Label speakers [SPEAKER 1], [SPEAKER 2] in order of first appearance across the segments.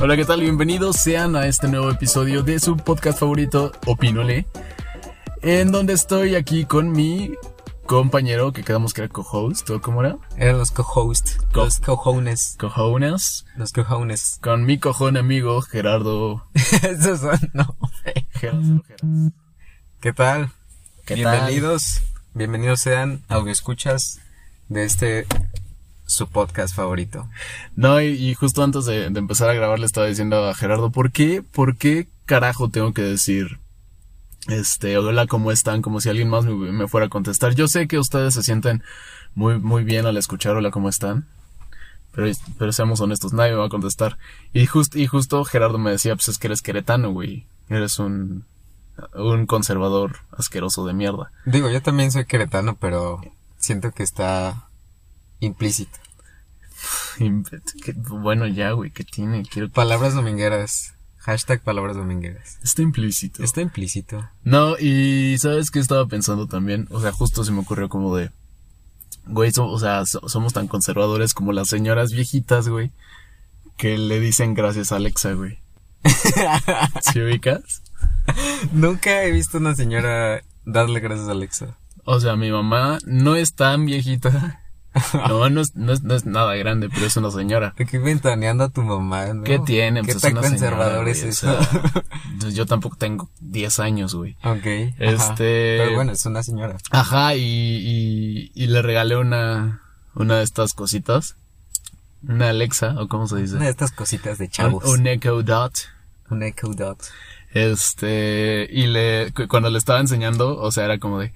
[SPEAKER 1] Hola, ¿qué tal? Bienvenidos sean a este nuevo episodio de su podcast favorito, Opinole, en donde estoy aquí con mi compañero que quedamos que era co-host, ¿o cómo era?
[SPEAKER 2] Eran los co-hosts,
[SPEAKER 1] Co-
[SPEAKER 2] los cojones,
[SPEAKER 1] Cojones,
[SPEAKER 2] los cojones.
[SPEAKER 1] con mi cojón amigo Gerardo
[SPEAKER 2] Esos son, no. güey.
[SPEAKER 1] Geras. Geras.
[SPEAKER 2] ¿Qué tal?
[SPEAKER 1] ¿Qué
[SPEAKER 2] bienvenidos, bienvenidos sean escuchas de este su podcast favorito.
[SPEAKER 1] tal? No, y, y justo antes de, de empezar a grabar le estaba diciendo a Gerardo, ¿por qué, por qué carajo tengo que decir... Este, hola, ¿cómo están? Como si alguien más me, me fuera a contestar. Yo sé que ustedes se sienten muy, muy bien al escuchar hola, ¿cómo están? Pero, pero seamos honestos, nadie me va a contestar. Y, just, y justo Gerardo me decía, pues es que eres queretano, güey. Eres un, un conservador asqueroso de mierda.
[SPEAKER 2] Digo, yo también soy queretano, pero siento que está implícito.
[SPEAKER 1] Impet- que- Bueno, ya, güey, ¿qué tiene? Quiero...
[SPEAKER 2] Palabras domingueras. Hashtag palabras domingueras.
[SPEAKER 1] Está implícito.
[SPEAKER 2] Está implícito.
[SPEAKER 1] No, y ¿sabes qué estaba pensando también? O sea, justo se me ocurrió como de... Güey, so- o sea, so- somos tan conservadores como las señoras viejitas, güey, que le dicen gracias a Alexa, güey. ¿Sí ubicas?
[SPEAKER 2] Nunca he visto una señora darle gracias a Alexa.
[SPEAKER 1] O sea, mi mamá no es tan viejita. No, no es, no es, no es nada grande, pero es una señora.
[SPEAKER 2] Aquí ventaneando a tu mamá, ¿no?
[SPEAKER 1] ¿Qué tiene?
[SPEAKER 2] ¿Qué
[SPEAKER 1] Pues es
[SPEAKER 2] tan
[SPEAKER 1] una señora,
[SPEAKER 2] conservador
[SPEAKER 1] güey,
[SPEAKER 2] es
[SPEAKER 1] o
[SPEAKER 2] eso?
[SPEAKER 1] sea, pues yo tampoco tengo 10 años, güey.
[SPEAKER 2] Ok. Este.
[SPEAKER 1] Este-
[SPEAKER 2] Pero bueno, es una señora.
[SPEAKER 1] Ajá, y, y, y le regalé una, una de estas cositas. Una Alexa, o cómo se dice.
[SPEAKER 2] Una de estas cositas de
[SPEAKER 1] Un,
[SPEAKER 2] chavos.
[SPEAKER 1] un Echo Dot.
[SPEAKER 2] Un Echo Dot.
[SPEAKER 1] Este, y le, cu- cuando le estaba enseñando, o sea, era como de,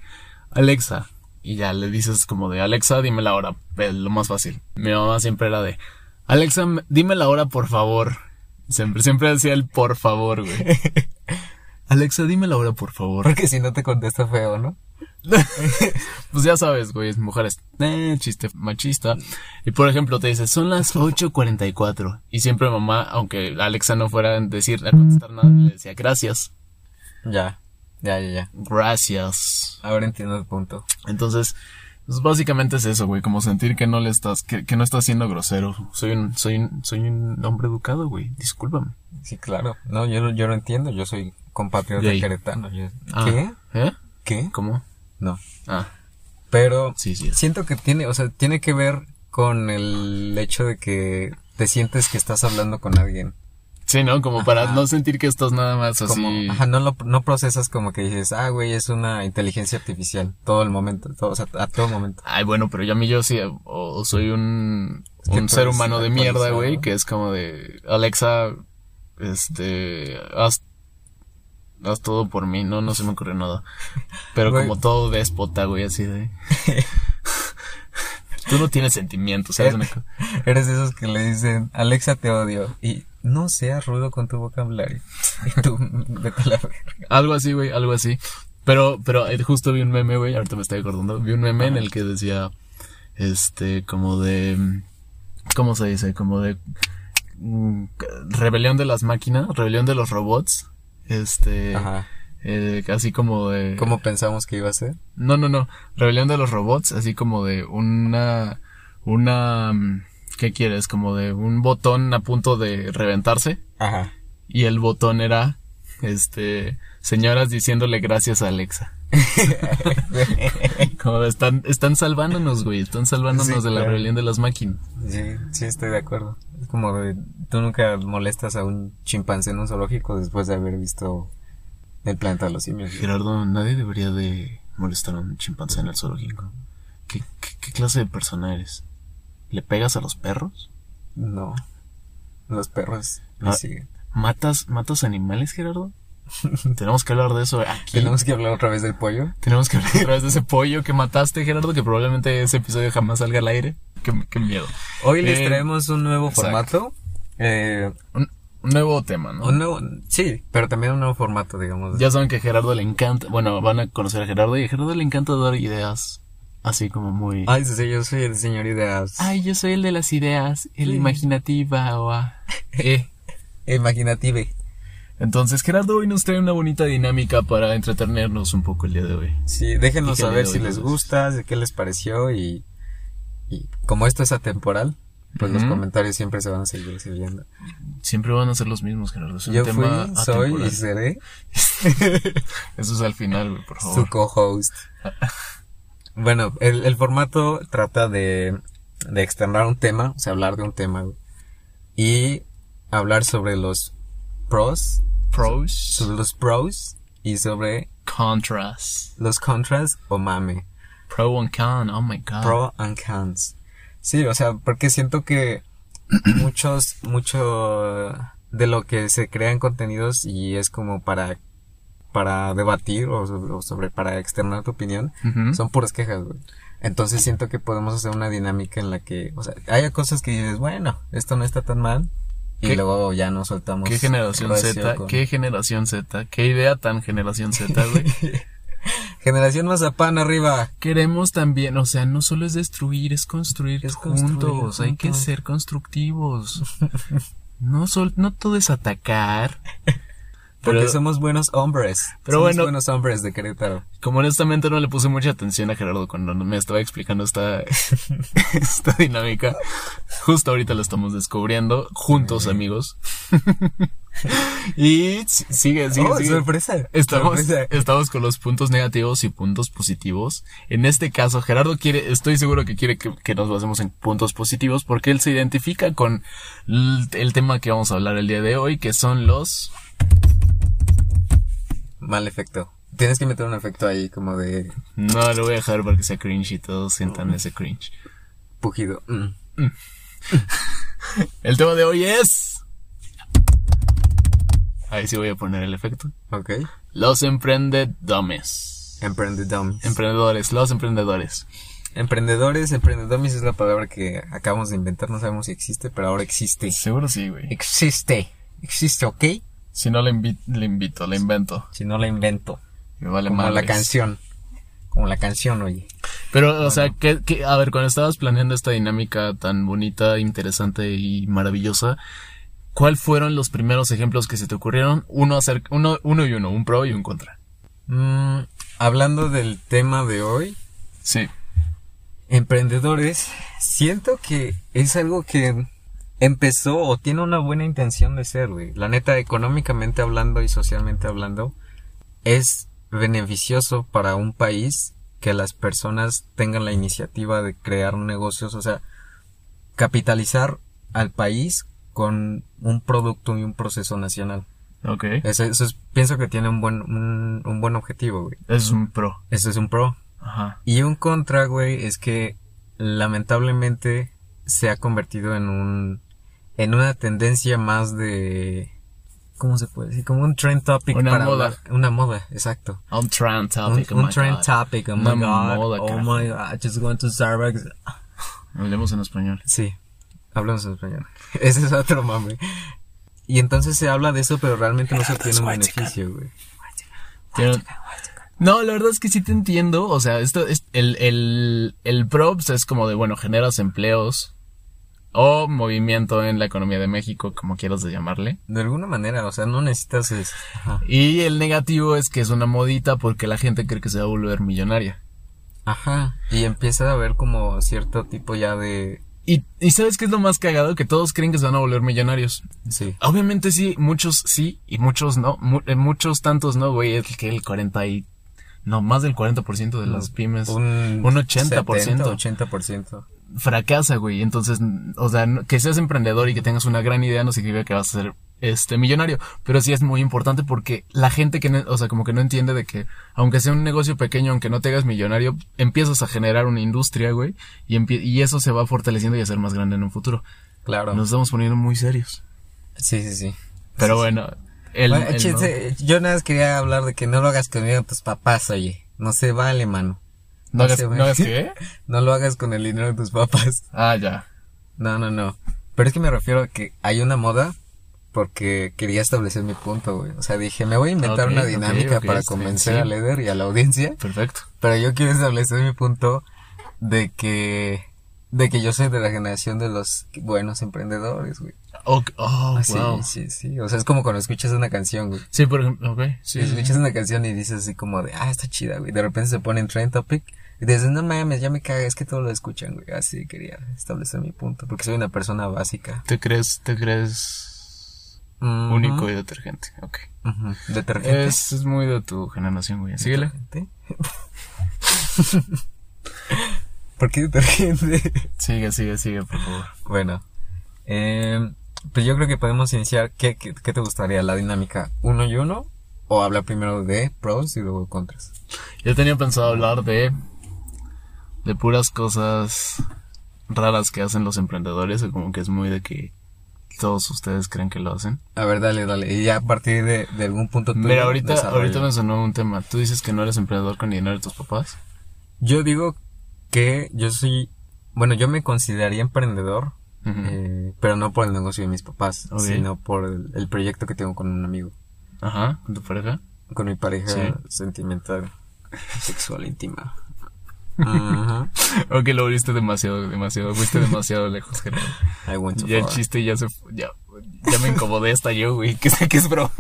[SPEAKER 1] Alexa. Y ya le dices como de, Alexa, dime la hora. Es lo más fácil. Mi mamá siempre era de, Alexa, m- dime la hora, por favor. Siempre, siempre decía el por favor, güey. Alexa, dime la hora, por favor.
[SPEAKER 2] Porque si no te contesta feo, ¿no?
[SPEAKER 1] Pues ya sabes, güey, es mujeres. Eh, chiste machista. Y por ejemplo, te dice, son las 8.44. Y siempre mamá, aunque Alexa no fuera a decir, a contestar nada, le decía, gracias,
[SPEAKER 2] Ya. Ya, ya, ya.
[SPEAKER 1] gracias.
[SPEAKER 2] Ahora entiendo el punto.
[SPEAKER 1] Entonces, pues básicamente es eso, güey, como sentir que no le estás, que, que no estás siendo grosero. Soy un, soy un, soy un hombre educado, güey, discúlpame.
[SPEAKER 2] Sí, claro. No, yo, lo- yo lo entiendo. Yo soy compatriota
[SPEAKER 1] Gay.
[SPEAKER 2] queretano. Yo-
[SPEAKER 1] Ah,
[SPEAKER 2] ¿Qué?
[SPEAKER 1] ¿Eh?
[SPEAKER 2] ¿Qué?
[SPEAKER 1] ¿Cómo?
[SPEAKER 2] No.
[SPEAKER 1] Ah,
[SPEAKER 2] Pero
[SPEAKER 1] sí, sí.
[SPEAKER 2] siento que tiene, o sea, tiene que ver con el hecho de que te sientes que estás hablando con alguien.
[SPEAKER 1] Sí, ¿no? Como para no sentir que estás nada más así.
[SPEAKER 2] Como, ajá, no lo no procesas como que dices, ah, güey, es una inteligencia artificial. Todo el momento, todo, o sea, a todo momento.
[SPEAKER 1] Ay, bueno, pero yo a mí yo sí, o- o soy un,
[SPEAKER 2] Es que
[SPEAKER 1] un
[SPEAKER 2] tú
[SPEAKER 1] ser
[SPEAKER 2] eres
[SPEAKER 1] humano de mierda,
[SPEAKER 2] actualizado.
[SPEAKER 1] güey, que es como de, Alexa, este, haz, haz todo por mí, no, no se me ocurre nada. Pero
[SPEAKER 2] Güey.
[SPEAKER 1] como todo déspota, güey, así de... Tú no tienes sentimientos, ¿sabes? Una co-
[SPEAKER 2] Eres de esos que le dicen, Alexa, te odio. Y no seas rudo con tu vocabulario. Y tú, vete a la verga.
[SPEAKER 1] Algo así, güey, algo así. Pero, pero eh, justo vi un meme, güey, ahorita me estoy acordando, vi un meme en el que decía, este, como de, mm, ¿cómo se dice? Como de mm, c- rebelión de las máquinas, rebelión de los robots, este,
[SPEAKER 2] Ajá.
[SPEAKER 1] eh, así como de...
[SPEAKER 2] ¿Cómo pensamos que iba a ser?
[SPEAKER 1] No, no, no, rebelión de los robots, así como de una, una, mm, ¿qué quieres? Como de un botón a punto de reventarse
[SPEAKER 2] Ajá.
[SPEAKER 1] y el botón era, este, señoras diciéndole gracias a Alexa. Como están, están salvándonos, güey. Están salvándonos
[SPEAKER 2] Sí,
[SPEAKER 1] de la
[SPEAKER 2] claro.
[SPEAKER 1] rebelión de las máquinas.
[SPEAKER 2] sí, sí, estoy de acuerdo. Es como de, tú nunca molestas a un chimpancé en un zoológico después de haber visto el planeta de los simios.
[SPEAKER 1] Gerardo, nadie debería de molestar a un chimpancé en el zoológico. ¿Qué, qué, qué clase de persona eres? ¿Le pegas a los perros?
[SPEAKER 2] No. Los perros
[SPEAKER 1] Ah.
[SPEAKER 2] me siguen.
[SPEAKER 1] ¿Matas, matas animales, Gerardo? Tenemos que hablar de eso aquí.
[SPEAKER 2] ¿Tenemos que hablar otra vez del pollo?
[SPEAKER 1] Tenemos que hablar otra vez de ese pollo que mataste, Gerardo, que probablemente ese episodio jamás salga al aire. Qué, qué miedo.
[SPEAKER 2] Hoy les
[SPEAKER 1] Eh,
[SPEAKER 2] traemos un nuevo
[SPEAKER 1] exacto.
[SPEAKER 2] formato. Eh,
[SPEAKER 1] Un, un nuevo tema, ¿no?
[SPEAKER 2] un nuevo, sí, pero también un nuevo formato, digamos.
[SPEAKER 1] Ya saben que a Gerardo le encanta, bueno, van a conocer a Gerardo y a Gerardo le encanta dar ideas así como muy...
[SPEAKER 2] Ay, sí, sí, yo soy el señor ideas.
[SPEAKER 1] Ay, yo soy el de las ideas, el
[SPEAKER 2] Sí.
[SPEAKER 1] imaginativa o a- eh.
[SPEAKER 2] Imaginative.
[SPEAKER 1] Entonces, Gerardo hoy nos trae una bonita dinámica para entretenernos un poco el día de hoy.
[SPEAKER 2] Sí, déjenos
[SPEAKER 1] Ingeniero
[SPEAKER 2] saber si
[SPEAKER 1] ideas.
[SPEAKER 2] les gusta, de qué les pareció y, y como esto es atemporal, pues los
[SPEAKER 1] Ujú.
[SPEAKER 2] comentarios siempre se van a seguir sirviendo.
[SPEAKER 1] Siempre van a ser los mismos, Gerardo. Es un
[SPEAKER 2] Yo fui,
[SPEAKER 1] tema
[SPEAKER 2] soy
[SPEAKER 1] atemporal.
[SPEAKER 2] y seré
[SPEAKER 1] Eso es al final, güey, por
[SPEAKER 2] su
[SPEAKER 1] favor.
[SPEAKER 2] co-host. bueno, el, el formato trata de, de externar un tema, o sea, hablar de un tema, güey, y hablar sobre los pros,
[SPEAKER 1] Pros,
[SPEAKER 2] sobre los pros y sobre
[SPEAKER 1] contras.
[SPEAKER 2] los contras o mame.
[SPEAKER 1] Pro and con, oh my god.
[SPEAKER 2] Pro and cons. Sí, o sea, porque siento que muchos, mucho de lo que se crean contenidos y es como para, para debatir o, so- o sobre, para externar tu opinión,
[SPEAKER 1] Ujú.
[SPEAKER 2] son puras quejas, güey. Entonces siento que podemos hacer una dinámica en la que, o sea, haya cosas que dices, bueno, esto no está tan mal, y
[SPEAKER 1] ¿Qué-
[SPEAKER 2] luego ya nos soltamos.
[SPEAKER 1] ¿Qué generación
[SPEAKER 2] recio
[SPEAKER 1] Z?
[SPEAKER 2] con-
[SPEAKER 1] ¿Qué generación Z? ¿Qué idea tan generación Z, güey?
[SPEAKER 2] Generación Mazapán arriba.
[SPEAKER 1] Queremos también, o sea, no solo es destruir, es construir
[SPEAKER 2] Es
[SPEAKER 1] juntos.
[SPEAKER 2] construir
[SPEAKER 1] Hay que
[SPEAKER 2] juntos.
[SPEAKER 1] ser constructivos. no, sol, no todo es atacar.
[SPEAKER 2] Porque
[SPEAKER 1] Pero-
[SPEAKER 2] somos buenos hombres.
[SPEAKER 1] Pero
[SPEAKER 2] somos
[SPEAKER 1] bueno.
[SPEAKER 2] buenos hombres de Querétaro.
[SPEAKER 1] Como honestamente no le puse mucha atención a Gerardo cuando me estaba explicando esta, esta dinámica, justo ahorita la estamos descubriendo juntos, amigos. y si- sigue, sigue,
[SPEAKER 2] Oh,
[SPEAKER 1] sigue.
[SPEAKER 2] sorpresa.
[SPEAKER 1] Estamos,
[SPEAKER 2] Sorpresa.
[SPEAKER 1] estamos con los puntos negativos y puntos positivos. En este caso, Gerardo quiere, estoy seguro que quiere que, que nos basemos en puntos positivos porque él se identifica con l- el tema que vamos a hablar el día de hoy, que son los...
[SPEAKER 2] Mal efecto. Tienes que meter un efecto ahí como de
[SPEAKER 1] No, lo voy a dejar para que sea cringe y todos sientan ese cringe.
[SPEAKER 2] pujido. Mm.
[SPEAKER 1] El tema de hoy es... Ahí sí voy a poner el efecto.
[SPEAKER 2] Ok.
[SPEAKER 1] Los emprendedomes.
[SPEAKER 2] Emprendedomis.
[SPEAKER 1] Emprendedores, los emprendedores.
[SPEAKER 2] Emprendedores, emprendedomis es la palabra que acabamos de inventar. No sabemos si existe, pero ahora existe.
[SPEAKER 1] Seguro sí, güey.
[SPEAKER 2] Existe. Existe, ¿ok?
[SPEAKER 1] Si no, le, invi- le invito, le invento.
[SPEAKER 2] Si no la invento.
[SPEAKER 1] Me vale
[SPEAKER 2] Como la
[SPEAKER 1] madres.
[SPEAKER 2] canción. Como la canción, oye.
[SPEAKER 1] Pero, o sea, que, a ver, cuando estabas planeando esta dinámica tan bonita, interesante y maravillosa, ¿cuál fueron los primeros ejemplos que se te ocurrieron? Uno, acer- uno, uno y uno, un pro y un contra.
[SPEAKER 2] Mm, hablando del tema de hoy,
[SPEAKER 1] Sí.
[SPEAKER 2] emprendedores, siento que es algo que empezó o tiene una buena intención de ser, güey. La neta, económicamente hablando y socialmente hablando, es beneficioso para un país que las personas tengan la iniciativa de crear negocios, o sea, capitalizar al país con un producto y un proceso nacional.
[SPEAKER 1] Ok.
[SPEAKER 2] Eso, eso es- pienso que tiene un buen, un, un buen objetivo, güey.
[SPEAKER 1] Es un pro.
[SPEAKER 2] Eso es un pro.
[SPEAKER 1] Ajá.
[SPEAKER 2] Y un contra, güey, es que lamentablemente se ha convertido en un en una tendencia más de ¿cómo se puede decir? Como un trend topic
[SPEAKER 1] Una moda.
[SPEAKER 2] hablar. una moda, exacto.
[SPEAKER 1] Un trend topic.
[SPEAKER 2] un
[SPEAKER 1] oh
[SPEAKER 2] un
[SPEAKER 1] my
[SPEAKER 2] trend
[SPEAKER 1] God.
[SPEAKER 2] topic, oh my
[SPEAKER 1] Una
[SPEAKER 2] god.
[SPEAKER 1] moda,
[SPEAKER 2] oh
[SPEAKER 1] carajo.
[SPEAKER 2] my god, I just went to Starbucks.
[SPEAKER 1] Hablemos en español.
[SPEAKER 2] Sí, hablamos en español. Ese es otro mame. Y entonces se habla de eso, pero realmente no se obtiene un beneficio, güey.
[SPEAKER 1] Tiene- No, la verdad es que sí te entiendo. O sea, esto es el, el, el props es como de, bueno, generas empleos o movimiento en la economía de México, como quieras de llamarle.
[SPEAKER 2] De alguna manera, o sea, no necesitas es- Ajá.
[SPEAKER 1] Y el negativo es que es una modita porque la gente cree que se va a volver millonaria.
[SPEAKER 2] Ajá. Y empieza a haber como cierto tipo ya de
[SPEAKER 1] Y, y ¿sabes qué es lo más cagado? Que todos creen que se van a volver millonarios.
[SPEAKER 2] Sí.
[SPEAKER 1] Obviamente sí, muchos sí y muchos no. Mu- eh, muchos tantos no, güey. Es que el 40 y... No, más del 40% de las pymes.
[SPEAKER 2] Un,
[SPEAKER 1] un 80%.
[SPEAKER 2] 70, 80%.
[SPEAKER 1] fracasa, güey. Entonces, n- o sea, no- que seas emprendedor y que tengas una gran idea no significa que vas a ser este millonario, pero sí es muy importante porque la gente que, no- o sea, como que no entiende de que aunque sea un negocio pequeño, aunque no te hagas millonario, empiezas a generar una industria, güey, y, empie- y eso se va fortaleciendo y a ser más grande en un futuro.
[SPEAKER 2] Claro.
[SPEAKER 1] Nos estamos poniendo muy serios.
[SPEAKER 2] Sí, sí, sí.
[SPEAKER 1] Pero bueno, el,
[SPEAKER 2] Bueno,
[SPEAKER 1] el
[SPEAKER 2] che,
[SPEAKER 1] no-
[SPEAKER 2] che, yo nada más quería hablar de que no lo hagas con dinero de tus papás, oye. No se vale, mano.
[SPEAKER 1] no hagas,
[SPEAKER 2] se vale.
[SPEAKER 1] no hagas qué?
[SPEAKER 2] No lo hagas con el dinero de tus papás.
[SPEAKER 1] Ah, ya.
[SPEAKER 2] No, no, no. Pero es que me refiero a que hay una moda porque quería establecer mi punto, güey. O sea, dije, me voy a inventar
[SPEAKER 1] Ok,
[SPEAKER 2] una
[SPEAKER 1] ok,
[SPEAKER 2] dinámica
[SPEAKER 1] ok,
[SPEAKER 2] para
[SPEAKER 1] sí,
[SPEAKER 2] convencer
[SPEAKER 1] sí.
[SPEAKER 2] al líder y a la audiencia.
[SPEAKER 1] Perfecto.
[SPEAKER 2] Pero yo quiero establecer mi punto de que, de que yo soy de la generación de los buenos emprendedores, güey.
[SPEAKER 1] Ok, Oh,
[SPEAKER 2] Ah, sí,
[SPEAKER 1] wow.
[SPEAKER 2] sí, sí. O sea, es como cuando escuchas una canción, güey.
[SPEAKER 1] Sí, por ejemplo, ok, sí, sí, sí.
[SPEAKER 2] escuchas una canción y dices así como de, ah, está chida, güey. De repente se pone en trend topic Y desde no mames, ya me caga, es que todos lo escuchan, güey. Así quería establecer mi punto, porque soy una persona básica.
[SPEAKER 1] Te crees, te crees
[SPEAKER 2] Ujú,
[SPEAKER 1] único y detergente. Ok.
[SPEAKER 2] ujú, Detergente.
[SPEAKER 1] Es, es muy de tu generación, güey. Síguele.
[SPEAKER 2] Detergente. ¿Por qué detergente?
[SPEAKER 1] Sigue, sigue, sigue, por favor.
[SPEAKER 2] Bueno, eh, pues yo creo que podemos iniciar. ¿Qué, qué, qué te gustaría? ¿La dinámica uno y uno? ¿O hablar primero de pros y luego contras?
[SPEAKER 1] Yo tenía pensado hablar de. de puras cosas raras que hacen los emprendedores, o como que es muy de que todos ustedes creen que lo hacen.
[SPEAKER 2] A ver, dale, dale. Y ya a partir de, de algún punto. tuyo,
[SPEAKER 1] Mira, ahorita,
[SPEAKER 2] desarrolla.
[SPEAKER 1] ahorita me sonó un tema. Tú dices que no eres emprendedor con dinero de tus papás.
[SPEAKER 2] Yo digo que yo soy. Bueno, yo me consideraría emprendedor,
[SPEAKER 1] Ujú.
[SPEAKER 2] eh, pero no por el negocio de mis papás,
[SPEAKER 1] Ok.
[SPEAKER 2] sino por el, el proyecto que tengo con un amigo,
[SPEAKER 1] Ajá, con tu pareja.
[SPEAKER 2] con mi pareja
[SPEAKER 1] Sí.
[SPEAKER 2] sentimental, sexual, íntima. Ajá.
[SPEAKER 1] Ok, lo abriste demasiado, demasiado. Fuiste demasiado lejos, Gerardo.
[SPEAKER 2] I want to
[SPEAKER 1] Ya el
[SPEAKER 2] fuck.
[SPEAKER 1] chiste ya se. fu- Ya, ya me incomodé hasta yo, güey. Que sé que es broma.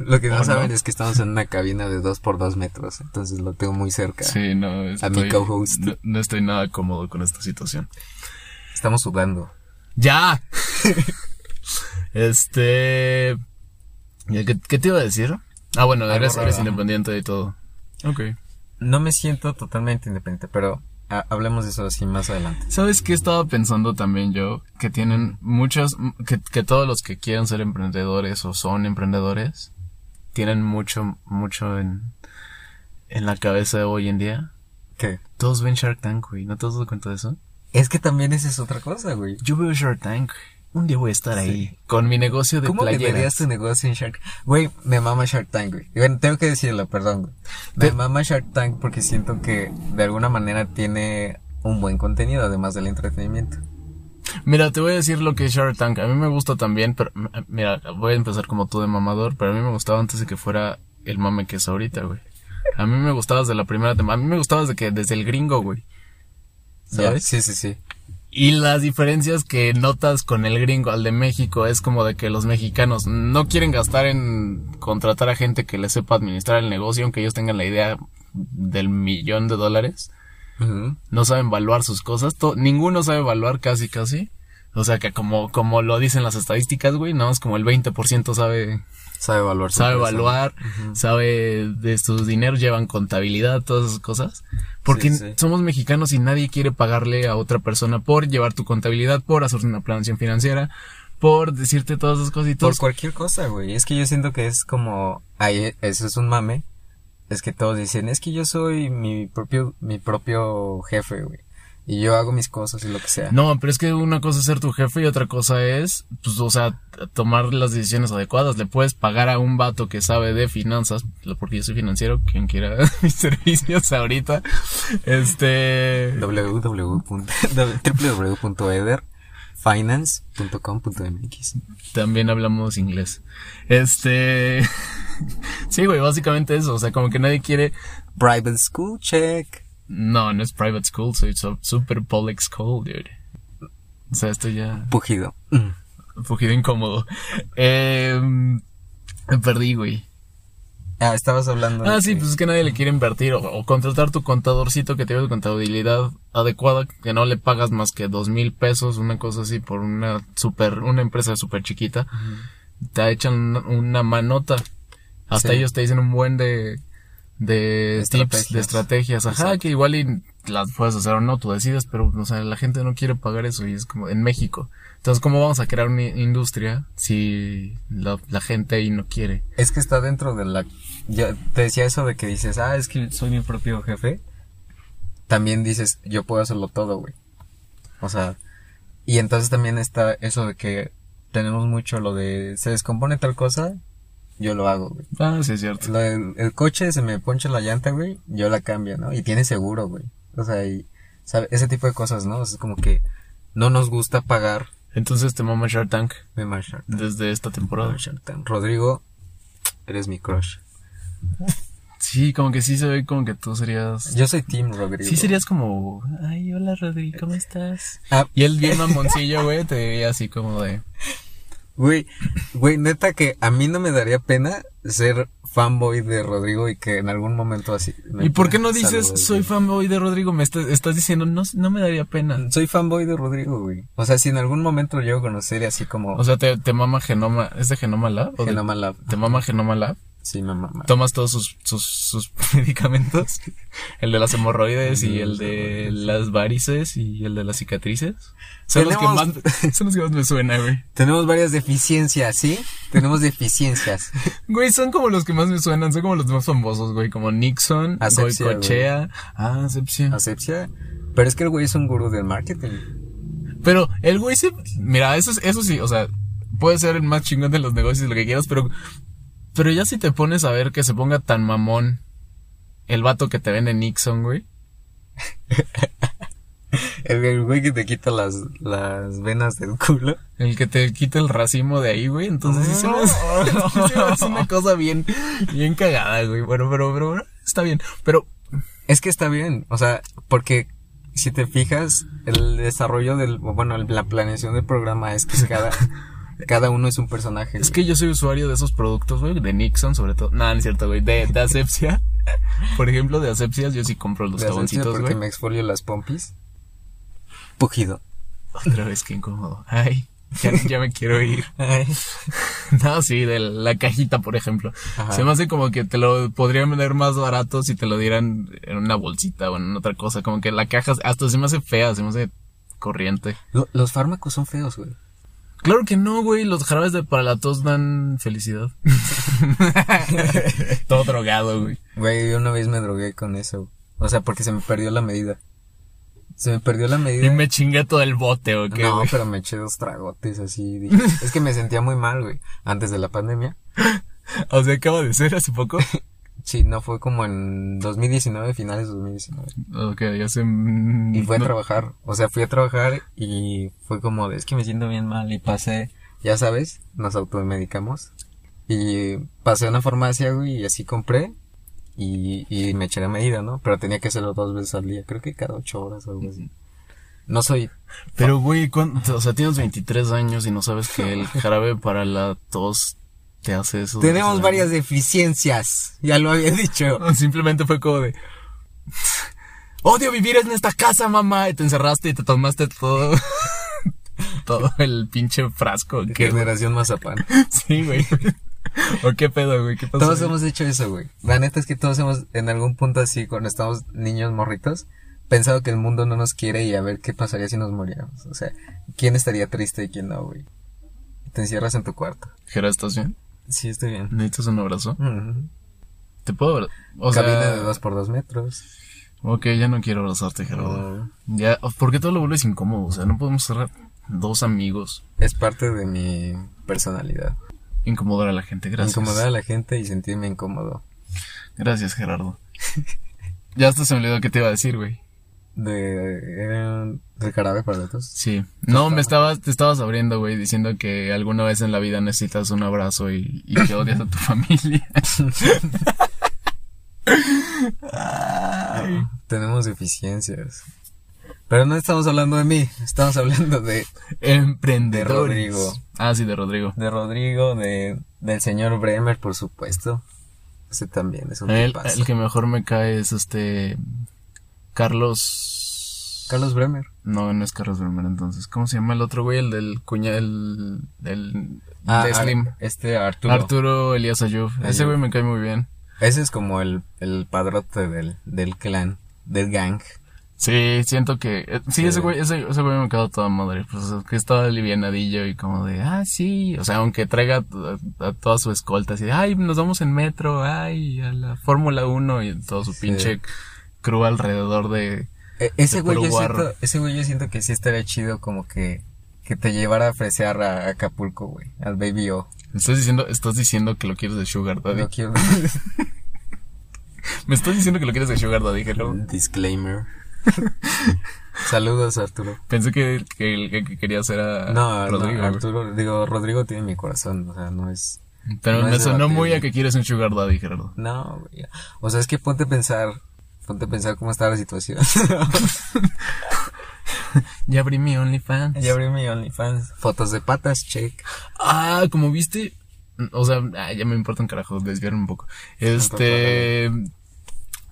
[SPEAKER 2] Lo
[SPEAKER 1] ¿O
[SPEAKER 2] que no
[SPEAKER 1] Oh, no?
[SPEAKER 2] saben es que estamos en una cabina de 2 por 2 metros, entonces lo tengo muy cerca.
[SPEAKER 1] Sí, no. estoy-
[SPEAKER 2] co-host.
[SPEAKER 1] No, no estoy nada cómodo con esta situación.
[SPEAKER 2] Estamos sudando.
[SPEAKER 1] ¡Ya! este. ya, ¿Qué, qué te iba a decir? Ah, bueno,
[SPEAKER 2] Algo
[SPEAKER 1] eres, eres
[SPEAKER 2] raro.
[SPEAKER 1] independiente y todo. Ok.
[SPEAKER 2] No me siento totalmente independiente, pero ah, hablemos de eso así más adelante.
[SPEAKER 1] ¿Sabes qué estaba pensando también yo? Que tienen muchas. Que, que todos los que quieren ser emprendedores o son emprendedores tienen mucho, mucho en, en la cabeza de hoy en día.
[SPEAKER 2] ¿Qué?
[SPEAKER 1] Todos ven Shark Tank, güey. ¿No te has dado cuenta de eso?
[SPEAKER 2] Es que también esa es otra cosa, güey.
[SPEAKER 1] Yo veo Shark Tank. Un día voy a estar ahí. Con mi negocio de
[SPEAKER 2] ¿Cómo venderías
[SPEAKER 1] playeras.
[SPEAKER 2] tu negocio en Shark Güey, me mama Shark Tank, güey. Y Bueno, tengo que decirlo, perdón, güey. Me
[SPEAKER 1] Te-
[SPEAKER 2] mama Shark Tank porque siento que de alguna manera tiene un buen contenido, además del entretenimiento.
[SPEAKER 1] Mira, te voy a decir lo que es Shark Tank. A mí me gusta también, pero m- mira, voy a empezar como tú de mamador, pero a mí me gustaba antes de que fuera el mame que es ahorita, güey. A mí me gustabas de la primera temporada. A mí me gustabas de que desde el gringo, güey. ¿Sabes?
[SPEAKER 2] Sí, sí, sí.
[SPEAKER 1] Y las diferencias que notas con el gringo al de México es como de que los mexicanos no quieren gastar en contratar a gente que les sepa administrar el negocio, aunque ellos tengan la idea del millón de dólares
[SPEAKER 2] Ujú.
[SPEAKER 1] no saben evaluar sus cosas, to- ninguno sabe evaluar casi casi. O sea que como, como lo dicen las estadísticas, güey, no es como el 20% sabe,
[SPEAKER 2] Sabe evaluar. su
[SPEAKER 1] sabe
[SPEAKER 2] empresa.
[SPEAKER 1] evaluar,
[SPEAKER 2] Ujú.
[SPEAKER 1] sabe de sus dineros, llevan contabilidad, todas esas cosas. Porque
[SPEAKER 2] Sí, sí.
[SPEAKER 1] somos mexicanos y nadie quiere pagarle a otra persona por llevar tu contabilidad, por hacer una planificación financiera, por decirte todas esas cosas y todo.
[SPEAKER 2] Por cualquier cosa, güey. Es que yo siento que es como... Ahí, eso es un mame. Es que todos dicen, es que yo soy mi propio, mi propio jefe, güey. Y yo hago mis cosas y lo que sea.
[SPEAKER 1] No, pero es que una cosa es ser tu jefe y otra cosa es, pues, o sea, t- tomar las decisiones adecuadas. Le puedes pagar a un vato que sabe de finanzas, lo- porque yo soy financiero, quien quiera mis servicios ahorita. Este.
[SPEAKER 2] www.ederfinance.com.mx
[SPEAKER 1] También hablamos inglés. Este. sí, güey, básicamente eso. O sea, como que nadie quiere.
[SPEAKER 2] Private School Check.
[SPEAKER 1] No, no es private school, soy so- super public school, dude. O sea, esto ya.
[SPEAKER 2] Pujido.
[SPEAKER 1] Un poquito incómodo. Eh. Me perdí, güey.
[SPEAKER 2] Ah, estabas hablando. de
[SPEAKER 1] Ah, sí,
[SPEAKER 2] que-
[SPEAKER 1] pues es que nadie le quiere invertir o, o contratar tu contadorcito que te dé contabilidad adecuada, que no le pagas más que dos mil pesos, una cosa así, por una super, una empresa súper chiquita. Te echan una, una manota. Hasta
[SPEAKER 2] Sí.
[SPEAKER 1] ellos te dicen un buen de, de
[SPEAKER 2] Estrategias.
[SPEAKER 1] tips, de estrategias. Ajá,
[SPEAKER 2] Exacto.
[SPEAKER 1] que igual y las puedes hacer o no, tú decides, pero o sea, la gente no quiere pagar eso y es como en México. Entonces, ¿cómo vamos a crear una industria si la, la gente ahí no quiere?
[SPEAKER 2] Es que está dentro de la... Yo te decía eso de que dices, ah, es que soy mi propio jefe. También dices, yo puedo hacerlo todo, güey. O sea, y entonces también está eso de que tenemos mucho lo de, se descompone tal cosa, yo lo hago, güey.
[SPEAKER 1] Ah, sí, es cierto.
[SPEAKER 2] Lo del- el coche se me poncha la llanta, güey, yo la cambio, ¿no? Y tiene seguro, güey. O sea, y, ¿sabe? ese tipo de cosas, ¿no? O sea, es como que no nos gusta pagar
[SPEAKER 1] Entonces te mama Shark Tank
[SPEAKER 2] de Marshall.
[SPEAKER 1] desde esta temporada.
[SPEAKER 2] Rodrigo, eres mi crush.
[SPEAKER 1] Sí, como que sí se ve como que tú serías.
[SPEAKER 2] Yo soy Team Rodrigo.
[SPEAKER 1] Sí serías como, ay, hola Rodri, ¿cómo estás?
[SPEAKER 2] Ah,
[SPEAKER 1] Y él bien mamoncillo, güey, te diría así como de,
[SPEAKER 2] Güey, güey, neta que a mí no me daría pena ser fanboy de Rodrigo y que en algún momento así.
[SPEAKER 1] ¿Y por qué no dices soy fanboy de Rodrigo? Me está- estás diciendo no, no me daría pena.
[SPEAKER 2] Soy fanboy de Rodrigo, güey. O sea, si en algún momento lo llego a conocer y así como
[SPEAKER 1] O sea, te, te mama Genoma. ¿Es de Genoma Lab? ¿O de-
[SPEAKER 2] Genoma Lab.
[SPEAKER 1] ¿Te mama Genoma Lab?
[SPEAKER 2] Sí, me mama.
[SPEAKER 1] Tomas todos sus, sus, sus medicamentos. El de las hemorroides y el de las varices y el de las cicatrices. Son, los que, más,
[SPEAKER 2] Tenemos-
[SPEAKER 1] son los que más me suena, güey.
[SPEAKER 2] Tenemos varias deficiencias, ¿sí? Tenemos deficiencias.
[SPEAKER 1] Güey, son como los que más me suenan. Son como los más famosos, güey. Como Nixon,
[SPEAKER 2] Asepsia,
[SPEAKER 1] Goicochea. Ah, asepsia.
[SPEAKER 2] Asepsia. Pero es que el güey es un gurú del marketing.
[SPEAKER 1] Pero el güey se... Mira, eso, es- eso sí, o sea, puede ser el más chingón de los negocios, lo que quieras, pero... Pero ya si te pones a ver que se ponga tan mamón el vato que te vende Nixon, güey.
[SPEAKER 2] El, el güey que te quita las, las venas del culo.
[SPEAKER 1] El que te quita el racimo de ahí, güey. Entonces sí se me hace-
[SPEAKER 2] Ah.
[SPEAKER 1] sí se me hace una cosa bien, bien cagada, güey. Bueno, pero, pero, pero está bien. Pero
[SPEAKER 2] Es que está bien, o sea, porque si te fijas, el desarrollo del, bueno, el- la planeación del programa es que cada, cada uno es un personaje.
[SPEAKER 1] es que yo soy usuario de esos productos, güey. De Nixon, sobre todo. Nada, no es cierto, güey. De, de asepsia. Por ejemplo, de asepsias yo sí compro los
[SPEAKER 2] De esencia,
[SPEAKER 1] taboncitos,
[SPEAKER 2] porque
[SPEAKER 1] güey.
[SPEAKER 2] me exfolio las pompis. Pujido.
[SPEAKER 1] Otra vez, qué incómodo. Ay, ya, ya me quiero ir. No, sí, de la cajita, por ejemplo.
[SPEAKER 2] Ajá.
[SPEAKER 1] Se me hace como que te lo podrían vender más barato si te lo dieran en una bolsita o en otra cosa. Como que la caja hasta se me hace fea, se me hace corriente.
[SPEAKER 2] Lo- los fármacos son feos, güey.
[SPEAKER 1] Claro que no, güey. Los jarabes de para la tos dan felicidad. Todo drogado, güey.
[SPEAKER 2] Güey, yo una vez me drogué con eso. O sea, porque se me perdió la medida. Se me perdió la medida.
[SPEAKER 1] Y me chingué todo el bote, ¿o qué,
[SPEAKER 2] no,
[SPEAKER 1] güey?
[SPEAKER 2] pero me eché dos tragotes así. dije. es que me sentía muy mal, güey. Antes de la pandemia.
[SPEAKER 1] O sea, acaba de ser hace poco.
[SPEAKER 2] Sí, no fue como en 2019, finales de 2019.
[SPEAKER 1] ok, ya mm, se...
[SPEAKER 2] Y
[SPEAKER 1] Y
[SPEAKER 2] fui a trabajar, o sea, fui a trabajar y fue como, de, es que me siento bien mal y pasé, ya sabes, nos automedicamos. Y pasé a una farmacia, güey, y así compré y, y me eché la medida, ¿no? Pero tenía que hacerlo dos veces al día, creo que cada ocho horas o algo así. No soy,
[SPEAKER 1] Pero, güey, ¿cuánto? o sea, tienes 23 años y no sabes que el jarabe para la tos te hace eso.
[SPEAKER 2] tenemos
[SPEAKER 1] O sea,
[SPEAKER 2] varias deficiencias, ya lo había dicho.
[SPEAKER 1] Simplemente fue como de... Odio vivir en esta casa, mamá. Y te encerraste y te tomaste todo... todo el pinche frasco. Que...
[SPEAKER 2] Generación Mazapán.
[SPEAKER 1] Sí, güey. ¿O qué pedo, güey? ¿Qué pasó?
[SPEAKER 2] Todos hemos hecho eso, güey. La neta es que todos hemos, en algún punto así, cuando estamos niños morritos, pensado que el mundo no nos quiere y a ver qué pasaría si nos muriéramos. O sea, ¿quién estaría triste y quién no, güey? Te encierras en tu cuarto.
[SPEAKER 1] Jera, ¿estás bien?
[SPEAKER 2] Sí, estoy bien.
[SPEAKER 1] ¿Necesitas un abrazo? ¿Te puedo abrazar? O
[SPEAKER 2] Cabina
[SPEAKER 1] sea...
[SPEAKER 2] de dos por dos metros.
[SPEAKER 1] Ok, ya no quiero abrazarte, Gerardo. Ya, ¿por qué todo lo vuelves incómodo? O sea, no podemos ser dos amigos.
[SPEAKER 2] Es parte de mi personalidad.
[SPEAKER 1] Incomodar a la gente, gracias.
[SPEAKER 2] Incomodar a la gente y sentirme incómodo.
[SPEAKER 1] Gracias, Gerardo. ya hasta se me olvidó qué te iba a decir, güey.
[SPEAKER 2] De, eh, de jarabe para datos.
[SPEAKER 1] Sí. No, me estabas, te estabas abriendo, güey, diciendo que alguna vez en la vida necesitas un abrazo y, y que odias a tu familia.
[SPEAKER 2] Tenemos deficiencias. Pero no estamos hablando de mí, estamos hablando de
[SPEAKER 1] Emprendedor.
[SPEAKER 2] De Rodrigo.
[SPEAKER 1] Ah, sí, de Rodrigo.
[SPEAKER 2] De Rodrigo, de, del señor Bremer, por supuesto. Ese también es un
[SPEAKER 1] El,
[SPEAKER 2] tipazo.
[SPEAKER 1] el que mejor me cae es este. Carlos.
[SPEAKER 2] Carlos Bremer.
[SPEAKER 1] No, no es Carlos Bremer, entonces. ¿Cómo se llama el otro güey? El del cuña, el, del, de
[SPEAKER 2] Ar-
[SPEAKER 1] Slim.
[SPEAKER 2] este Arturo.
[SPEAKER 1] Arturo. Elías Ayub. Ese
[SPEAKER 2] Ayub.
[SPEAKER 1] güey me cae muy bien.
[SPEAKER 2] Ese es como el, el padrote del, del clan, del gang.
[SPEAKER 1] Sí, siento que... eh, sí,
[SPEAKER 2] Sí.
[SPEAKER 1] ese güey, ese, ese güey me quedó toda madre. Pues es que estaba alivianadillo y como de, ah, sí. O sea, aunque traiga a, a toda su escolta así de, ay, nos vamos en metro, ay, a la Fórmula 1 y todo su
[SPEAKER 2] Sí.
[SPEAKER 1] pinche crew alrededor de...
[SPEAKER 2] E- ese,
[SPEAKER 1] De
[SPEAKER 2] güey yo
[SPEAKER 1] puro guarro.
[SPEAKER 2] siento, ese güey yo siento que sí estaría chido como que, que te llevara a fresear a Acapulco, güey. Al Baby O.
[SPEAKER 1] Estás diciendo, estás diciendo que lo quieres de Sugar Daddy.
[SPEAKER 2] No quiero...
[SPEAKER 1] Me estás diciendo que lo quieres de Sugar Daddy, Gerardo.
[SPEAKER 2] Disclaimer. Saludos, Arturo.
[SPEAKER 1] Pensé que, que el que, que querías era
[SPEAKER 2] No,
[SPEAKER 1] Ah, Rodrigo.
[SPEAKER 2] no,
[SPEAKER 1] güey.
[SPEAKER 2] Arturo, digo, Rodrigo tiene mi corazón, o sea, no es...
[SPEAKER 1] Pero
[SPEAKER 2] no
[SPEAKER 1] me
[SPEAKER 2] es
[SPEAKER 1] sonó muy
[SPEAKER 2] debatible.
[SPEAKER 1] a que quieres un Sugar Daddy, Gerardo.
[SPEAKER 2] No, güey. O sea, es que ponte a pensar, ponte a pensar cómo está la situación.
[SPEAKER 1] Ya abrí mi OnlyFans.
[SPEAKER 2] ya abrí mi OnlyFans. Fotos de patas, check.
[SPEAKER 1] Ah, como viste. o sea, ah, ya me importa un carajo, desviarme un poco. Este,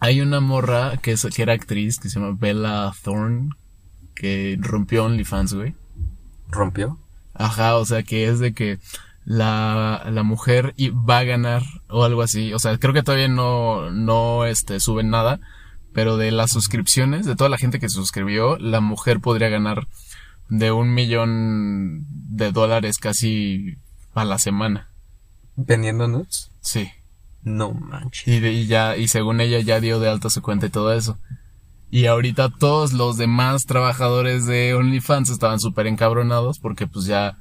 [SPEAKER 1] hay una morra que, es, que era actriz, que se llama Bella Thorne, que rompió OnlyFans, güey.
[SPEAKER 2] ¿Rompió?
[SPEAKER 1] Ajá, o sea, que es de que la, la mujer y- va a ganar o algo así. O sea, creo que todavía no, no este, suben nada, pero de las suscripciones, de toda la gente que se suscribió, la mujer podría ganar de un millón de dólares casi a la semana.
[SPEAKER 2] ¿Vendiendo nudes?
[SPEAKER 1] Sí.
[SPEAKER 2] No manches.
[SPEAKER 1] Y, de- y ya, y según ella ya dio de alta su cuenta y todo eso. Y ahorita todos los demás trabajadores de OnlyFans estaban súper encabronados porque pues ya,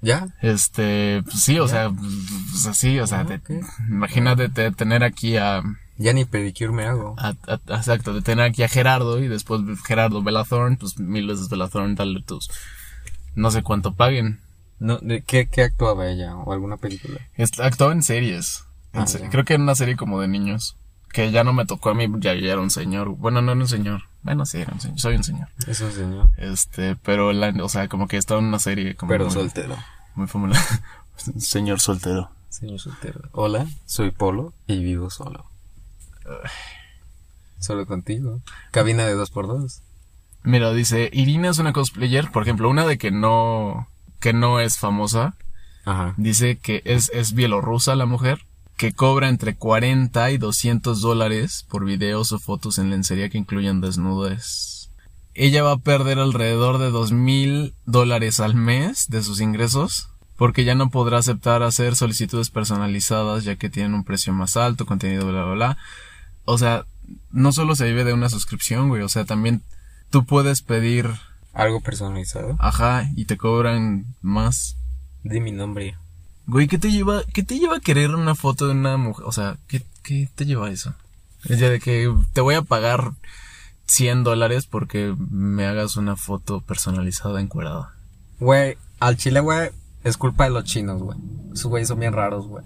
[SPEAKER 2] ¿Ya?
[SPEAKER 1] este, pues, sí, o sea, pues así, o sea,
[SPEAKER 2] Ah,
[SPEAKER 1] te-
[SPEAKER 2] ok. Ah.
[SPEAKER 1] imagínate te- tener aquí a,
[SPEAKER 2] Ya ni pedicure me hago.
[SPEAKER 1] a- a- a- exacto, de tener aquí a Gerardo y después Gerardo Belathorn, pues mil veces Belathorn, dale tus, no sé cuánto paguen.
[SPEAKER 2] No, ¿de ¿qué, ¿Qué actuaba ella? ¿O alguna película?
[SPEAKER 1] Es- Actuaba en series. En
[SPEAKER 2] Ah,
[SPEAKER 1] se-
[SPEAKER 2] ya.
[SPEAKER 1] creo que en una serie como de niños. Que ya no me tocó a mí, ya yo ya era un señor. Bueno, no era un señor. Bueno, sí, era un señor. Soy un señor.
[SPEAKER 2] Es un señor.
[SPEAKER 1] Este, pero la, o sea, como que estaba en una serie como
[SPEAKER 2] Pero
[SPEAKER 1] muy,
[SPEAKER 2] soltero.
[SPEAKER 1] muy famosa. señor soltero.
[SPEAKER 2] Señor soltero. Hola, soy Polo y vivo solo. Solo contigo. Cabina de 2x2.
[SPEAKER 1] Mira, dice, Irina es una cosplayer, por ejemplo, una de que no, que no es famosa.
[SPEAKER 2] Ajá.
[SPEAKER 1] Dice que es, es bielorrusa la mujer, que cobra entre 40 y 200 dólares por videos o fotos en lencería que incluyan desnudes. Ella va a perder alrededor de 2.000 dólares al mes de sus ingresos, porque ya no podrá aceptar hacer solicitudes personalizadas ya que tienen un precio más alto, contenido bla bla bla. O sea, no solo se vive de una suscripción, güey, o sea, también tú puedes pedir,
[SPEAKER 2] Algo personalizado.
[SPEAKER 1] ajá, y te cobran más.
[SPEAKER 2] Di mi nombre.
[SPEAKER 1] Güey, ¿qué te lleva, qué te lleva a querer una foto de una mujer? O sea, ¿qué, qué te lleva a eso? Es ya de que te voy a pagar 100 dólares porque me hagas una foto personalizada encuerada.
[SPEAKER 2] Güey, al chile, güey, es culpa de los chinos, güey. Esos güeyes son bien raros, güey.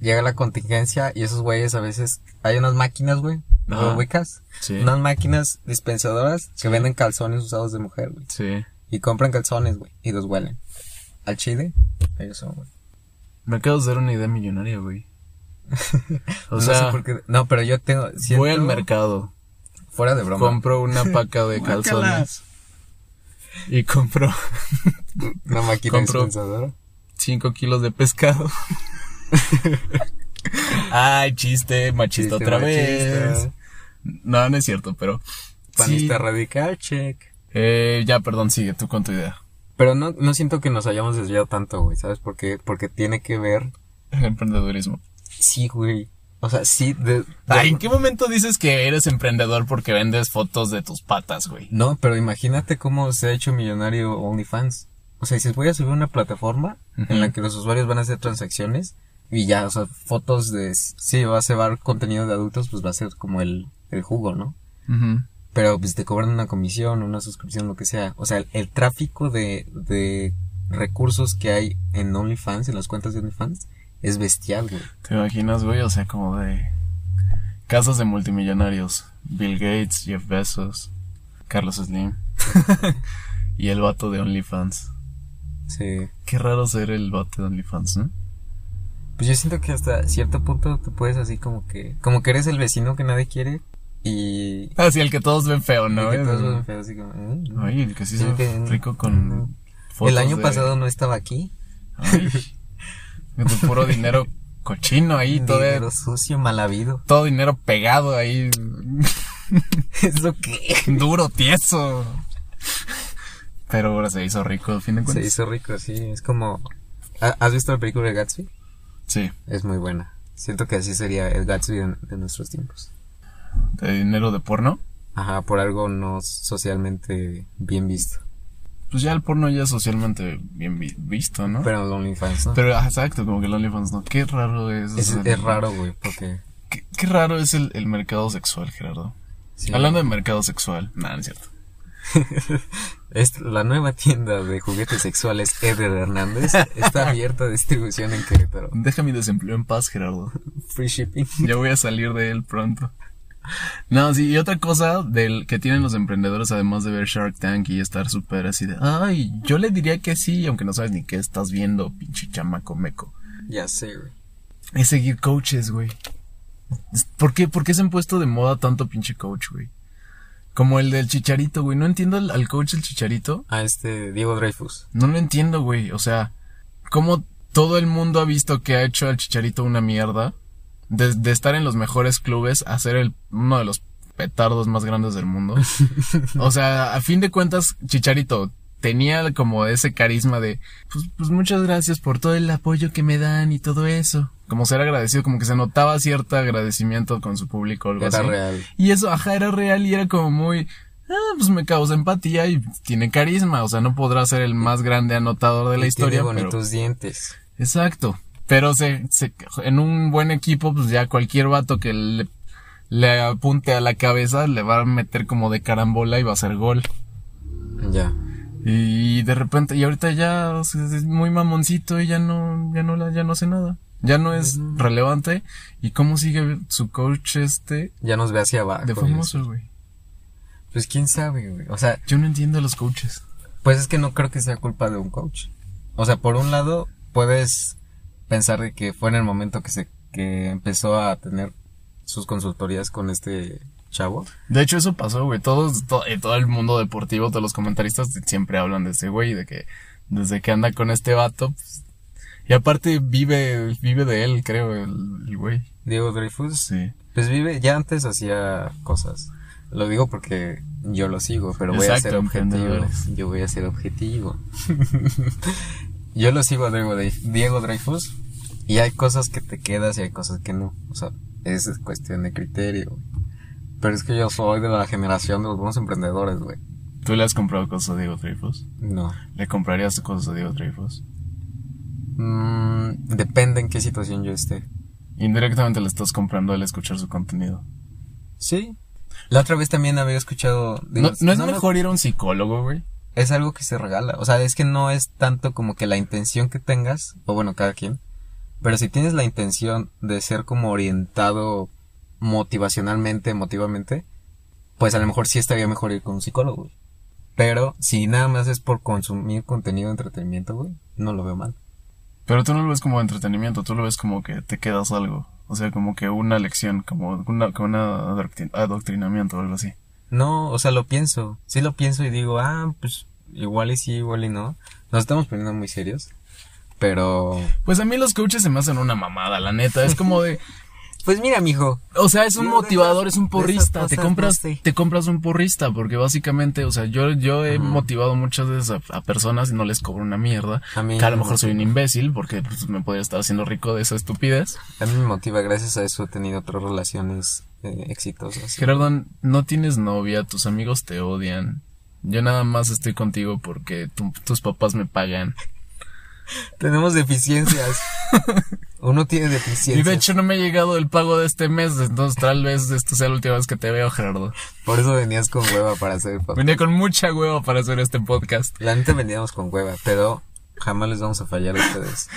[SPEAKER 2] Llega la contingencia y esos güeyes a veces... Hay unas máquinas, güey.
[SPEAKER 1] Ajá.
[SPEAKER 2] ¿No ubicas?
[SPEAKER 1] Sí.
[SPEAKER 2] Unas máquinas dispensadoras que venden calzones usados de mujer, güey.
[SPEAKER 1] Sí.
[SPEAKER 2] Y compran calzones, güey. Y los huelen. Al chile, ellos son, güey.
[SPEAKER 1] Me acabas de dar una idea millonaria, güey. O
[SPEAKER 2] no sé
[SPEAKER 1] sea,
[SPEAKER 2] por qué- No, pero yo tengo... siento-
[SPEAKER 1] voy al mercado,
[SPEAKER 2] Fuera de broma.
[SPEAKER 1] compro una paca de calzones y compro
[SPEAKER 2] Una máquina
[SPEAKER 1] Compro.
[SPEAKER 2] dispensadora.
[SPEAKER 1] 5 kilos de pescado. Ay, chiste machista
[SPEAKER 2] Chiste
[SPEAKER 1] otra vez.
[SPEAKER 2] machista.
[SPEAKER 1] No, no es cierto, pero.
[SPEAKER 2] Panista
[SPEAKER 1] Sí.
[SPEAKER 2] radical, check.
[SPEAKER 1] Eh, ya, perdón, sigue tú con tu idea.
[SPEAKER 2] Pero no, no siento que nos hayamos desviado tanto, güey, ¿sabes? Porque, porque tiene que ver...
[SPEAKER 1] El emprendedurismo.
[SPEAKER 2] Sí, güey. O sea, sí, de- de-
[SPEAKER 1] Ay, ¿en qué momento dices que eres emprendedor porque vendes fotos de tus patas, güey?
[SPEAKER 2] No, pero imagínate cómo se ha hecho millonario OnlyFans. O sea, dices, voy a subir una plataforma
[SPEAKER 1] Ujú.
[SPEAKER 2] en la que los usuarios van a hacer transacciones y ya, o sea, fotos de... Sí, va a llevar contenido de adultos, pues va a ser como el, el jugo, ¿no?
[SPEAKER 1] Ujú.
[SPEAKER 2] Pero pues te cobran una comisión, una suscripción, lo que sea. O sea, el, el tráfico de, de recursos que hay en OnlyFans, en las cuentas de OnlyFans, es bestial, güey.
[SPEAKER 1] ¿Te imaginas, güey? O sea, como de. Casas de multimillonarios. Bill Gates, Jeff Bezos, Carlos Slim. y el vato de OnlyFans.
[SPEAKER 2] Sí.
[SPEAKER 1] Qué raro ser el vato de OnlyFans, ¿no?
[SPEAKER 2] Pues yo siento que hasta cierto punto te puedes así como que... Como que eres el vecino que nadie quiere y...
[SPEAKER 1] Así Ah, el que todos ven feo,
[SPEAKER 2] y
[SPEAKER 1] ¿no?
[SPEAKER 2] que
[SPEAKER 1] Es-
[SPEAKER 2] todos son feos, así como, "Mm, mm".
[SPEAKER 1] Ay, el que sí
[SPEAKER 2] Sí,
[SPEAKER 1] se ve
[SPEAKER 2] que-
[SPEAKER 1] rico con fotos
[SPEAKER 2] el año
[SPEAKER 1] de-
[SPEAKER 2] pasado no estaba aquí.
[SPEAKER 1] Ay, de puro dinero cochino ahí, todo,
[SPEAKER 2] Dinero sucio, mal habido.
[SPEAKER 1] todo dinero pegado ahí,
[SPEAKER 2] ¿Eso qué?
[SPEAKER 1] duro, tieso. Pero ahora se hizo rico, al fin de
[SPEAKER 2] Se
[SPEAKER 1] cuentas.
[SPEAKER 2] hizo rico, sí. Es como... ¿Ha- ¿Has visto la película de Gatsby?
[SPEAKER 1] Sí,
[SPEAKER 2] Es muy buena. Siento que así sería el Gatsby de, de nuestros tiempos.
[SPEAKER 1] de dinero de porno.
[SPEAKER 2] Ajá, por algo no socialmente bien visto.
[SPEAKER 1] Pues ya el porno ya es socialmente bien vi- visto, ¿no? Pero,
[SPEAKER 2] Pero en OnlyFans, ¿no?
[SPEAKER 1] ah, exacto, como que el OnlyFans no. Qué raro es. o
[SPEAKER 2] es,
[SPEAKER 1] sea,
[SPEAKER 2] es raro, güey, porque...
[SPEAKER 1] Qué, qué raro es el, el mercado sexual, Gerardo.
[SPEAKER 2] sí.
[SPEAKER 1] Hablando de mercado sexual, nada, no es cierto.
[SPEAKER 2] Es la nueva tienda de juguetes sexuales Eder Hernández está abierta a distribución en Querétaro.
[SPEAKER 1] Deja mi desempleo en paz, Gerardo.
[SPEAKER 2] Free shipping.
[SPEAKER 1] Ya voy a salir de él pronto. No, sí, y otra cosa del que tienen los emprendedores, además de ver Shark Tank y estar súper así de, ay, yo le diría que sí, aunque no sabes ni qué estás viendo, pinche chamaco meco.
[SPEAKER 2] Ya sé, güey.
[SPEAKER 1] Es seguir coaches, güey. ¿Por qué, ¿Por qué se han puesto de moda tanto pinche coach, güey? Como el del chicharito, güey. No entiendo al, al coach del chicharito.
[SPEAKER 2] A este Diego Dreyfus.
[SPEAKER 1] No lo entiendo, güey. O sea, cómo todo el mundo ha visto que ha hecho al chicharito una mierda. De, de estar en los mejores clubes a ser el, uno de los petardos más grandes del mundo. o sea, a fin de cuentas, chicharito, tenía como ese carisma de, pues, pues muchas gracias por todo el apoyo que me dan y todo eso. Como ser agradecido, como que se notaba cierto agradecimiento con su público, algo
[SPEAKER 2] Era
[SPEAKER 1] así.
[SPEAKER 2] real.
[SPEAKER 1] Y eso, ajá, era real y era como muy, ah, pues me causa empatía y tiene carisma. O sea, no podrá ser el más grande anotador de la
[SPEAKER 2] Y
[SPEAKER 1] historia.
[SPEAKER 2] Tiene
[SPEAKER 1] pero-
[SPEAKER 2] bonitos dientes.
[SPEAKER 1] exacto. Pero se, se- en un buen equipo, pues ya cualquier vato que le, le apunte a la cabeza le va a meter como de carambola y va a hacer gol.
[SPEAKER 2] Ya.
[SPEAKER 1] Y de repente, y ahorita ya o sea, es muy mamoncito y ya no, ya no la, ya no hace nada. Ya no es
[SPEAKER 2] Mm.
[SPEAKER 1] relevante. ¿Y cómo sigue su coach este
[SPEAKER 2] Ya nos ve hacia abajo.
[SPEAKER 1] de
[SPEAKER 2] y
[SPEAKER 1] famoso, güey?
[SPEAKER 2] eso. Pues quién sabe, güey. O sea,
[SPEAKER 1] Yo no entiendo a los coaches.
[SPEAKER 2] pues es que no creo que sea culpa de un coach. O sea, por un lado, puedes pensar de que fue en el momento que se que empezó a tener sus consultorías con este chavo.
[SPEAKER 1] De hecho, eso pasó, güey. Todos, to- eh, todo el mundo deportivo, todos los comentaristas siempre hablan de ese güey, de que desde que anda con este vato, pues, y aparte vive, vive de él, creo, el el güey.
[SPEAKER 2] Diego Dreyfus.
[SPEAKER 1] Sí.
[SPEAKER 2] Pues vive, ya antes hacía cosas. Lo digo porque yo lo sigo, pero voy
[SPEAKER 1] Exacto,
[SPEAKER 2] a ser objetivo.
[SPEAKER 1] emprendedores.
[SPEAKER 2] Yo voy a ser objetivo. yo lo sigo a Diego, Drey- Diego Dreyfus y hay cosas que te quedas y hay cosas que no. O sea, esa es cuestión de criterio. güey. Pero es que yo soy de la generación de los buenos emprendedores, güey.
[SPEAKER 1] ¿Tú le has comprado cosas a Diego Dreyfus?
[SPEAKER 2] No.
[SPEAKER 1] ¿Le comprarías cosas a Diego Dreyfus?
[SPEAKER 2] Mm, depende en qué situación yo esté.
[SPEAKER 1] Indirectamente le estás comprando al escuchar su contenido.
[SPEAKER 2] Sí. La otra vez también había escuchado... digo,
[SPEAKER 1] ¿No, no es
[SPEAKER 2] no lo-
[SPEAKER 1] mejor ir a un psicólogo, güey?
[SPEAKER 2] es algo que se regala. O sea, es que no es tanto como que la intención que tengas, o bueno, cada quien. Pero si tienes la intención de ser como orientado motivacionalmente, emotivamente, pues a lo mejor sí estaría mejor ir con un psicólogo. güey. Pero si nada más es por consumir contenido de entretenimiento, güey, no lo veo mal.
[SPEAKER 1] Pero tú no lo ves como entretenimiento, tú lo ves como que te quedas algo. O sea, como que una lección, como una, como una adoctrin- adoctrinamiento o algo así.
[SPEAKER 2] No, o sea, lo pienso. Sí lo pienso y digo, ah, pues igual y sí, igual y no. Nos estamos poniendo muy serios. Pero...
[SPEAKER 1] Pues a mí los coaches se me hacen una mamada, la neta. Es como de,
[SPEAKER 2] Pues mira, mijo,
[SPEAKER 1] o sea, es un
[SPEAKER 2] No, de
[SPEAKER 1] motivador, es un
[SPEAKER 2] esas- de
[SPEAKER 1] porrista.
[SPEAKER 2] esas
[SPEAKER 1] Te
[SPEAKER 2] cosas
[SPEAKER 1] compras,
[SPEAKER 2] no sé.
[SPEAKER 1] te compras un porrista, porque básicamente, o sea, yo, yo he motivado muchas veces a, a personas y no les cobro una mierda.
[SPEAKER 2] A mí
[SPEAKER 1] que a lo
[SPEAKER 2] no.
[SPEAKER 1] mejor soy un imbécil, porque pues, me podría estar haciendo rico de esa estupidez.
[SPEAKER 2] A mí me motiva, gracias a eso he tenido otras relaciones eh, exitosas.
[SPEAKER 1] Gerardo, no tienes novia, tus amigos te odian. Yo nada más estoy contigo porque tu- tus papás me pagan.
[SPEAKER 2] Tenemos deficiencias. Uno tiene
[SPEAKER 1] Y
[SPEAKER 2] deficiencias.
[SPEAKER 1] de hecho no me ha llegado el pago de este mes, entonces tal vez esta sea la última vez que te veo, Gerardo.
[SPEAKER 2] Por eso venías con hueva para hacer el papá.
[SPEAKER 1] Venía con mucha hueva para hacer este podcast.
[SPEAKER 2] La neta veníamos con hueva, pero jamás les vamos a fallar a ustedes.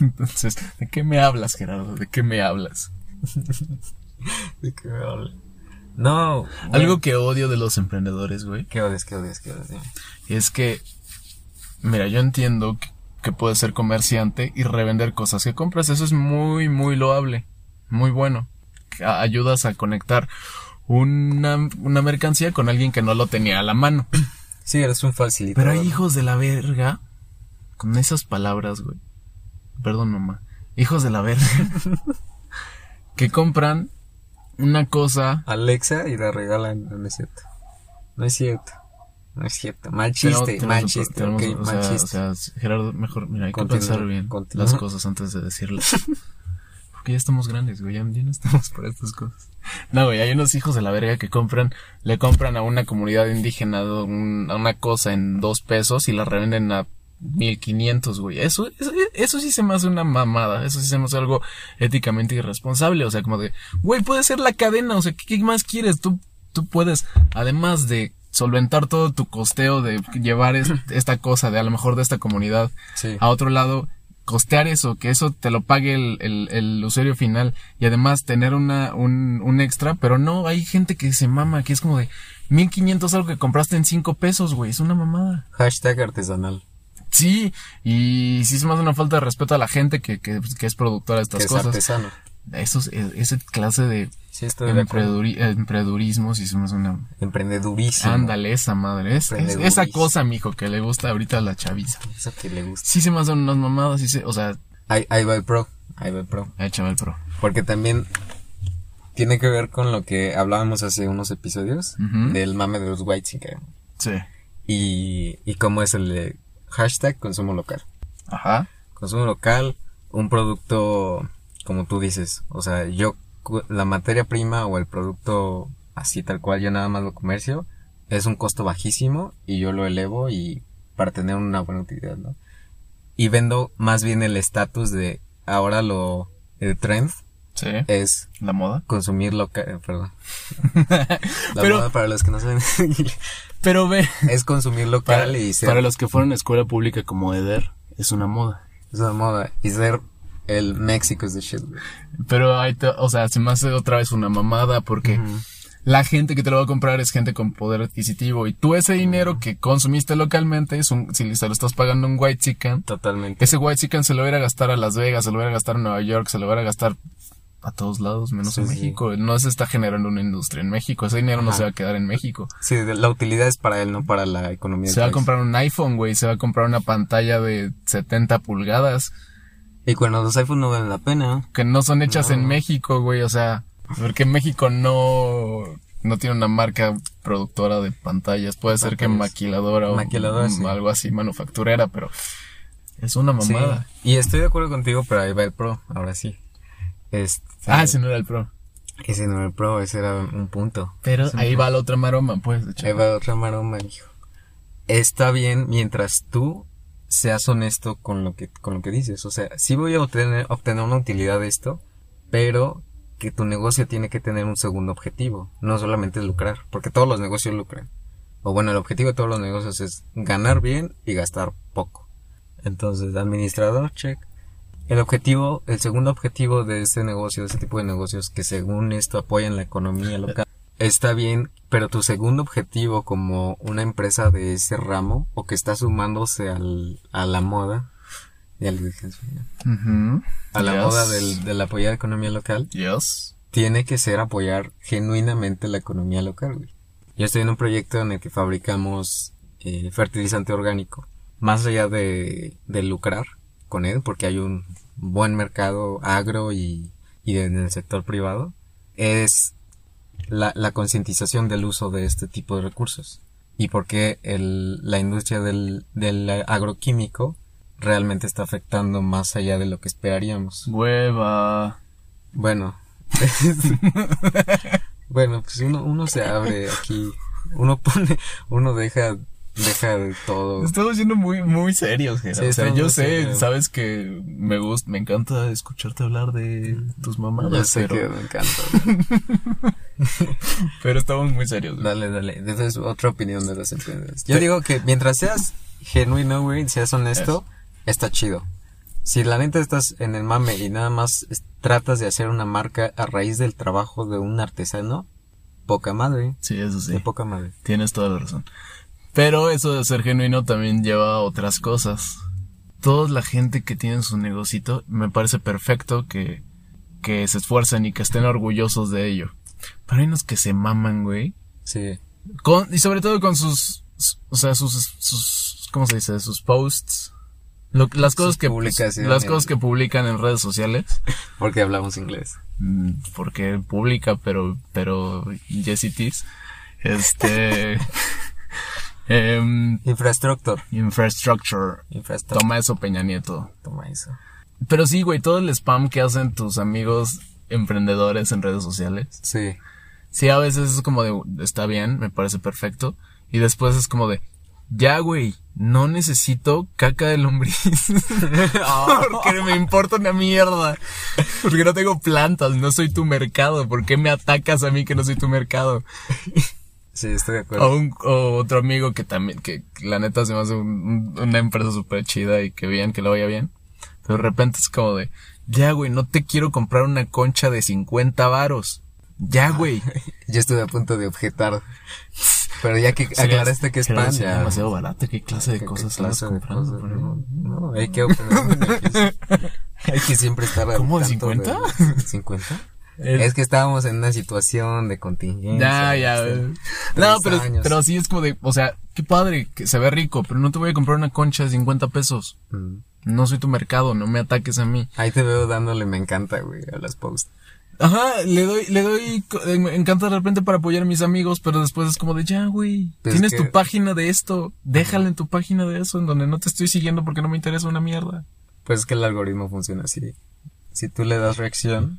[SPEAKER 1] Entonces, ¿de qué me hablas, Gerardo? ¿De qué me hablas?
[SPEAKER 2] ¿De qué me hablan? No.
[SPEAKER 1] Algo que odio de los emprendedores, güey,
[SPEAKER 2] Que odias, que odias, que odias. dime.
[SPEAKER 1] es que, mira, yo entiendo que, que puedes ser comerciante y revender cosas que compras. Eso es muy, muy loable, muy bueno. Que a- Ayudas a conectar una, una mercancía con alguien que no lo tenía a la mano.
[SPEAKER 2] Sí, eres un facilitador.
[SPEAKER 1] Pero hay hijos de la verga con esas palabras, güey. Perdón, mamá. Hijos de la verga que compran una cosa,
[SPEAKER 2] Alexa y la regalan. No, no es cierto. No es cierto. No es cierto. Mal
[SPEAKER 1] Tenemos-
[SPEAKER 2] chiste,
[SPEAKER 1] tenemos
[SPEAKER 2] mal
[SPEAKER 1] un-
[SPEAKER 2] chiste,
[SPEAKER 1] tenemos-
[SPEAKER 2] ok,
[SPEAKER 1] o
[SPEAKER 2] mal
[SPEAKER 1] sea,
[SPEAKER 2] chiste.
[SPEAKER 1] o sea, Gerardo, mejor, mira, hay
[SPEAKER 2] Continúa,
[SPEAKER 1] que pensar bien
[SPEAKER 2] continúa.
[SPEAKER 1] las cosas antes de decirlas. Porque ya estamos grandes, güey, ya, ya no estamos para estas cosas. No, güey, hay unos hijos de la verga que compran, le compran a una comunidad indígena un- a una cosa en dos pesos y la revenden a 1500, güey. Eso, eso, eso sí se me hace una mamada. Eso sí se me hace algo éticamente irresponsable. O sea, como de, güey, puede ser la cadena. O sea, ¿qué, qué más quieres? Tú, tú puedes, además de solventar todo tu costeo de llevar es- esta cosa de a lo mejor de esta comunidad
[SPEAKER 2] Sí.
[SPEAKER 1] a otro lado, costear eso, que eso te lo pague el, el, el usuario final y además tener una, un, un extra, pero no, hay gente que se mama, que es como de 1500 algo que compraste en 5 pesos, güey, es una mamada.
[SPEAKER 2] Hashtag artesanal.
[SPEAKER 1] Sí, y sí es más una falta de respeto a la gente que, que, pues, que es productora de
[SPEAKER 2] que
[SPEAKER 1] estas
[SPEAKER 2] es
[SPEAKER 1] cosas.
[SPEAKER 2] artesano.
[SPEAKER 1] Esos, e- esa clase de
[SPEAKER 2] Sí, estoy de acuerdo.
[SPEAKER 1] empreduri- emprendurismo, si somos una...
[SPEAKER 2] Emprendedurísimo.
[SPEAKER 1] Ándale, esa madre. es- es- esa
[SPEAKER 2] Emprendedurismo.
[SPEAKER 1] cosa, mijo, que le gusta ahorita a la chaviza.
[SPEAKER 2] Eso que le gusta.
[SPEAKER 1] Sí se me hacen unas mamadas, sí se, o sea,
[SPEAKER 2] Ahí, ahí va el pro. Ahí va el pro.
[SPEAKER 1] el chaval pro.
[SPEAKER 2] Porque también tiene que ver con lo que hablábamos hace unos episodios
[SPEAKER 1] Ujú.
[SPEAKER 2] del mame de los white
[SPEAKER 1] Sí.
[SPEAKER 2] y, y cómo es el eh, hashtag consumo local.
[SPEAKER 1] Ajá.
[SPEAKER 2] Consumo local, un producto, como tú dices, o sea, yo, cu- la materia prima o el producto así tal cual, yo nada más lo comercio, es un costo bajísimo y yo lo elevo y para tener una buena utilidad, ¿no? Y vendo más bien el estatus de ahora lo, el trend
[SPEAKER 1] Sí.
[SPEAKER 2] es
[SPEAKER 1] La moda.
[SPEAKER 2] consumir local, eh, perdón. La
[SPEAKER 1] Pero-
[SPEAKER 2] moda, para los que no saben
[SPEAKER 1] Pero ve.
[SPEAKER 2] es consumir local
[SPEAKER 1] Para,
[SPEAKER 2] y ser
[SPEAKER 1] para los que fueron a escuela pública como Eder, es una moda.
[SPEAKER 2] es una moda y ser el México es de shit. güey.
[SPEAKER 1] Pero ahí te- o sea, se me hace otra vez una mamada porque la gente que te lo va a comprar es gente con poder adquisitivo y tú ese dinero que consumiste localmente, es un, si se lo estás pagando a un white chicken,
[SPEAKER 2] Totalmente.
[SPEAKER 1] ese white chicken se lo va a ir a gastar a Las Vegas, se lo va a ir a gastar a Nueva York, se lo va a ir a gastar a todos lados, menos
[SPEAKER 2] Sí,
[SPEAKER 1] en
[SPEAKER 2] sí.
[SPEAKER 1] México. No se está generando una industria en México, ese dinero no
[SPEAKER 2] Ajá.
[SPEAKER 1] se va a quedar en México.
[SPEAKER 2] Sí, de- la utilidad es para él, no para la economía.
[SPEAKER 1] Se va a
[SPEAKER 2] del país.
[SPEAKER 1] comprar un iPhone, güey, se va a comprar una pantalla de 70 pulgadas.
[SPEAKER 2] Y cuando los iPhones no valen la pena.
[SPEAKER 1] que no son hechas
[SPEAKER 2] No.
[SPEAKER 1] en México, güey, o sea, porque México no no tiene una marca productora de pantallas, puede ser que
[SPEAKER 2] Pantallas.
[SPEAKER 1] maquiladora o
[SPEAKER 2] Maquiladora,
[SPEAKER 1] mm,
[SPEAKER 2] sí.
[SPEAKER 1] algo así, manufacturera, pero es una
[SPEAKER 2] Sí.
[SPEAKER 1] mamada.
[SPEAKER 2] Y estoy de acuerdo contigo, pero ahí va el pro, ahora sí. Este,
[SPEAKER 1] Ah, ese no era el pro.
[SPEAKER 2] ese no era el pro, ese era un punto.
[SPEAKER 1] Pero ahí va la otra maroma, pues, de hecho.
[SPEAKER 2] Ahí va otra maroma, hijo. Está bien mientras tú seas honesto con lo que, con lo que dices. O sea, sí voy a obtener, obtener una utilidad de esto, pero que tu negocio tiene que tener un segundo objetivo. No solamente es lucrar, porque todos los negocios lucran. O bueno, el objetivo de todos los negocios es ganar bien y gastar poco. Entonces, administrador, check. El objetivo, el segundo objetivo de este negocio, de este tipo de negocios que según esto apoyan la economía local, está bien, pero tu segundo objetivo como una empresa de ese ramo o que está sumándose al, a la moda, y al-
[SPEAKER 1] Ujú.
[SPEAKER 2] a la
[SPEAKER 1] Yes.
[SPEAKER 2] moda del, del apoyar la economía local,
[SPEAKER 1] Yes.
[SPEAKER 2] tiene que ser apoyar genuinamente la economía local, güey. Yo estoy en un proyecto en el que fabricamos eh, fertilizante orgánico. Más allá de, de lucrar con él, porque hay un buen mercado agro y, y en el sector privado, es la, la concientización del uso de este tipo de recursos. Y por qué el- la industria del, del agroquímico realmente está afectando más allá de lo que esperaríamos.
[SPEAKER 1] Hueva.
[SPEAKER 2] Bueno. bueno, pues uno, uno se abre aquí. Uno pone, uno deja, deja de todo.
[SPEAKER 1] Estamos siendo muy, muy serios, Gerardo.
[SPEAKER 2] Sí,
[SPEAKER 1] o sea,
[SPEAKER 2] estamos
[SPEAKER 1] yo
[SPEAKER 2] muy
[SPEAKER 1] sé,
[SPEAKER 2] serios.
[SPEAKER 1] sabes que me gusta, me encanta escucharte hablar de tus
[SPEAKER 2] Mm. Ya
[SPEAKER 1] mamadas,
[SPEAKER 2] sé que
[SPEAKER 1] pero,
[SPEAKER 2] me encanta.
[SPEAKER 1] pero estamos muy serios. güey.
[SPEAKER 2] Dale, dale. Esa es otra opinión de los emprendedores. Yo digo que mientras seas genuino, güey, seas honesto, está chido. Si la neta estás en el mame y nada más es- tratas de hacer una marca a raíz del trabajo de un artesano, poca madre.
[SPEAKER 1] Sí, eso sí.
[SPEAKER 2] De poca madre.
[SPEAKER 1] Tienes toda la razón. Pero eso de ser genuino también lleva a otras cosas. Toda la gente que tiene su negocito, me parece perfecto que, que se esfuercen y que estén orgullosos de ello. Pero hay unos que se maman, güey.
[SPEAKER 2] Sí.
[SPEAKER 1] Con, y sobre todo con sus, s- o sea, sus, sus, ¿cómo se dice? Sus posts. Lo- las cosas
[SPEAKER 2] Sus
[SPEAKER 1] que, pues,
[SPEAKER 2] publicaciones.
[SPEAKER 1] las cosas que publican en redes sociales.
[SPEAKER 2] Porque hablamos inglés.
[SPEAKER 1] Mm, porque pública, pero, pero, yes it is. Este, em,
[SPEAKER 2] Infrastructor.
[SPEAKER 1] Infrastructure.
[SPEAKER 2] Infrastructor.
[SPEAKER 1] Toma eso, Peña Nieto.
[SPEAKER 2] Toma eso.
[SPEAKER 1] Pero sí, güey, todo el spam que hacen tus amigos emprendedores en redes sociales.
[SPEAKER 2] Sí.
[SPEAKER 1] Sí, a veces es como de, está bien, me parece perfecto. Y después es como de, ya, güey, no necesito caca de lombriz. porque me importa una mierda. Porque no tengo plantas, no soy tu mercado. ¿Por qué me atacas a mí que no soy tu mercado?
[SPEAKER 2] Sí, estoy de acuerdo.
[SPEAKER 1] O, un- o otro amigo que también, que la neta se me hace un- un- una empresa súper chida y que bien, que le vaya bien. Pero de repente es como de, ya güey, no te quiero comprar una concha de 50 varos. Ya, güey.
[SPEAKER 2] Yo estuve a punto de objetar. Pero ya que
[SPEAKER 1] Sí,
[SPEAKER 2] aclaraste que es
[SPEAKER 1] pero
[SPEAKER 2] pan,
[SPEAKER 1] es
[SPEAKER 2] ya.
[SPEAKER 1] demasiado barato. ¿Qué clase de
[SPEAKER 2] ¿Qué- qué
[SPEAKER 1] cosas
[SPEAKER 2] clase
[SPEAKER 1] estás
[SPEAKER 2] de
[SPEAKER 1] comprando?
[SPEAKER 2] cosas?
[SPEAKER 1] bro?
[SPEAKER 2] No, no, hay que opinar, hay que- Hay que siempre estar al
[SPEAKER 1] ¿Cómo,
[SPEAKER 2] tanto
[SPEAKER 1] 50?
[SPEAKER 2] de- ¿50?
[SPEAKER 1] Eh,
[SPEAKER 2] Es que estábamos en una situación de contingencia.
[SPEAKER 1] Ya, ya.
[SPEAKER 2] este,
[SPEAKER 1] güey.
[SPEAKER 2] tres
[SPEAKER 1] No, pero,
[SPEAKER 2] años.
[SPEAKER 1] pero sí es como de, o sea, qué padre, que se ve rico, pero no te voy a comprar una concha de 50 pesos.
[SPEAKER 2] Mm.
[SPEAKER 1] No soy tu mercado, no me ataques a mí.
[SPEAKER 2] Ahí te veo dándole me encanta, güey, a las posts.
[SPEAKER 1] Ajá, le doy, le doy, co- eh, me encanta de repente para apoyar a mis amigos, pero después es como de, ya, güey,
[SPEAKER 2] Pero es
[SPEAKER 1] tienes
[SPEAKER 2] que-
[SPEAKER 1] tu página de esto, déjala en tu página de eso, en donde no te estoy siguiendo porque no me interesa una mierda.
[SPEAKER 2] Pues es que el algoritmo funciona así. Si tú le das reacción,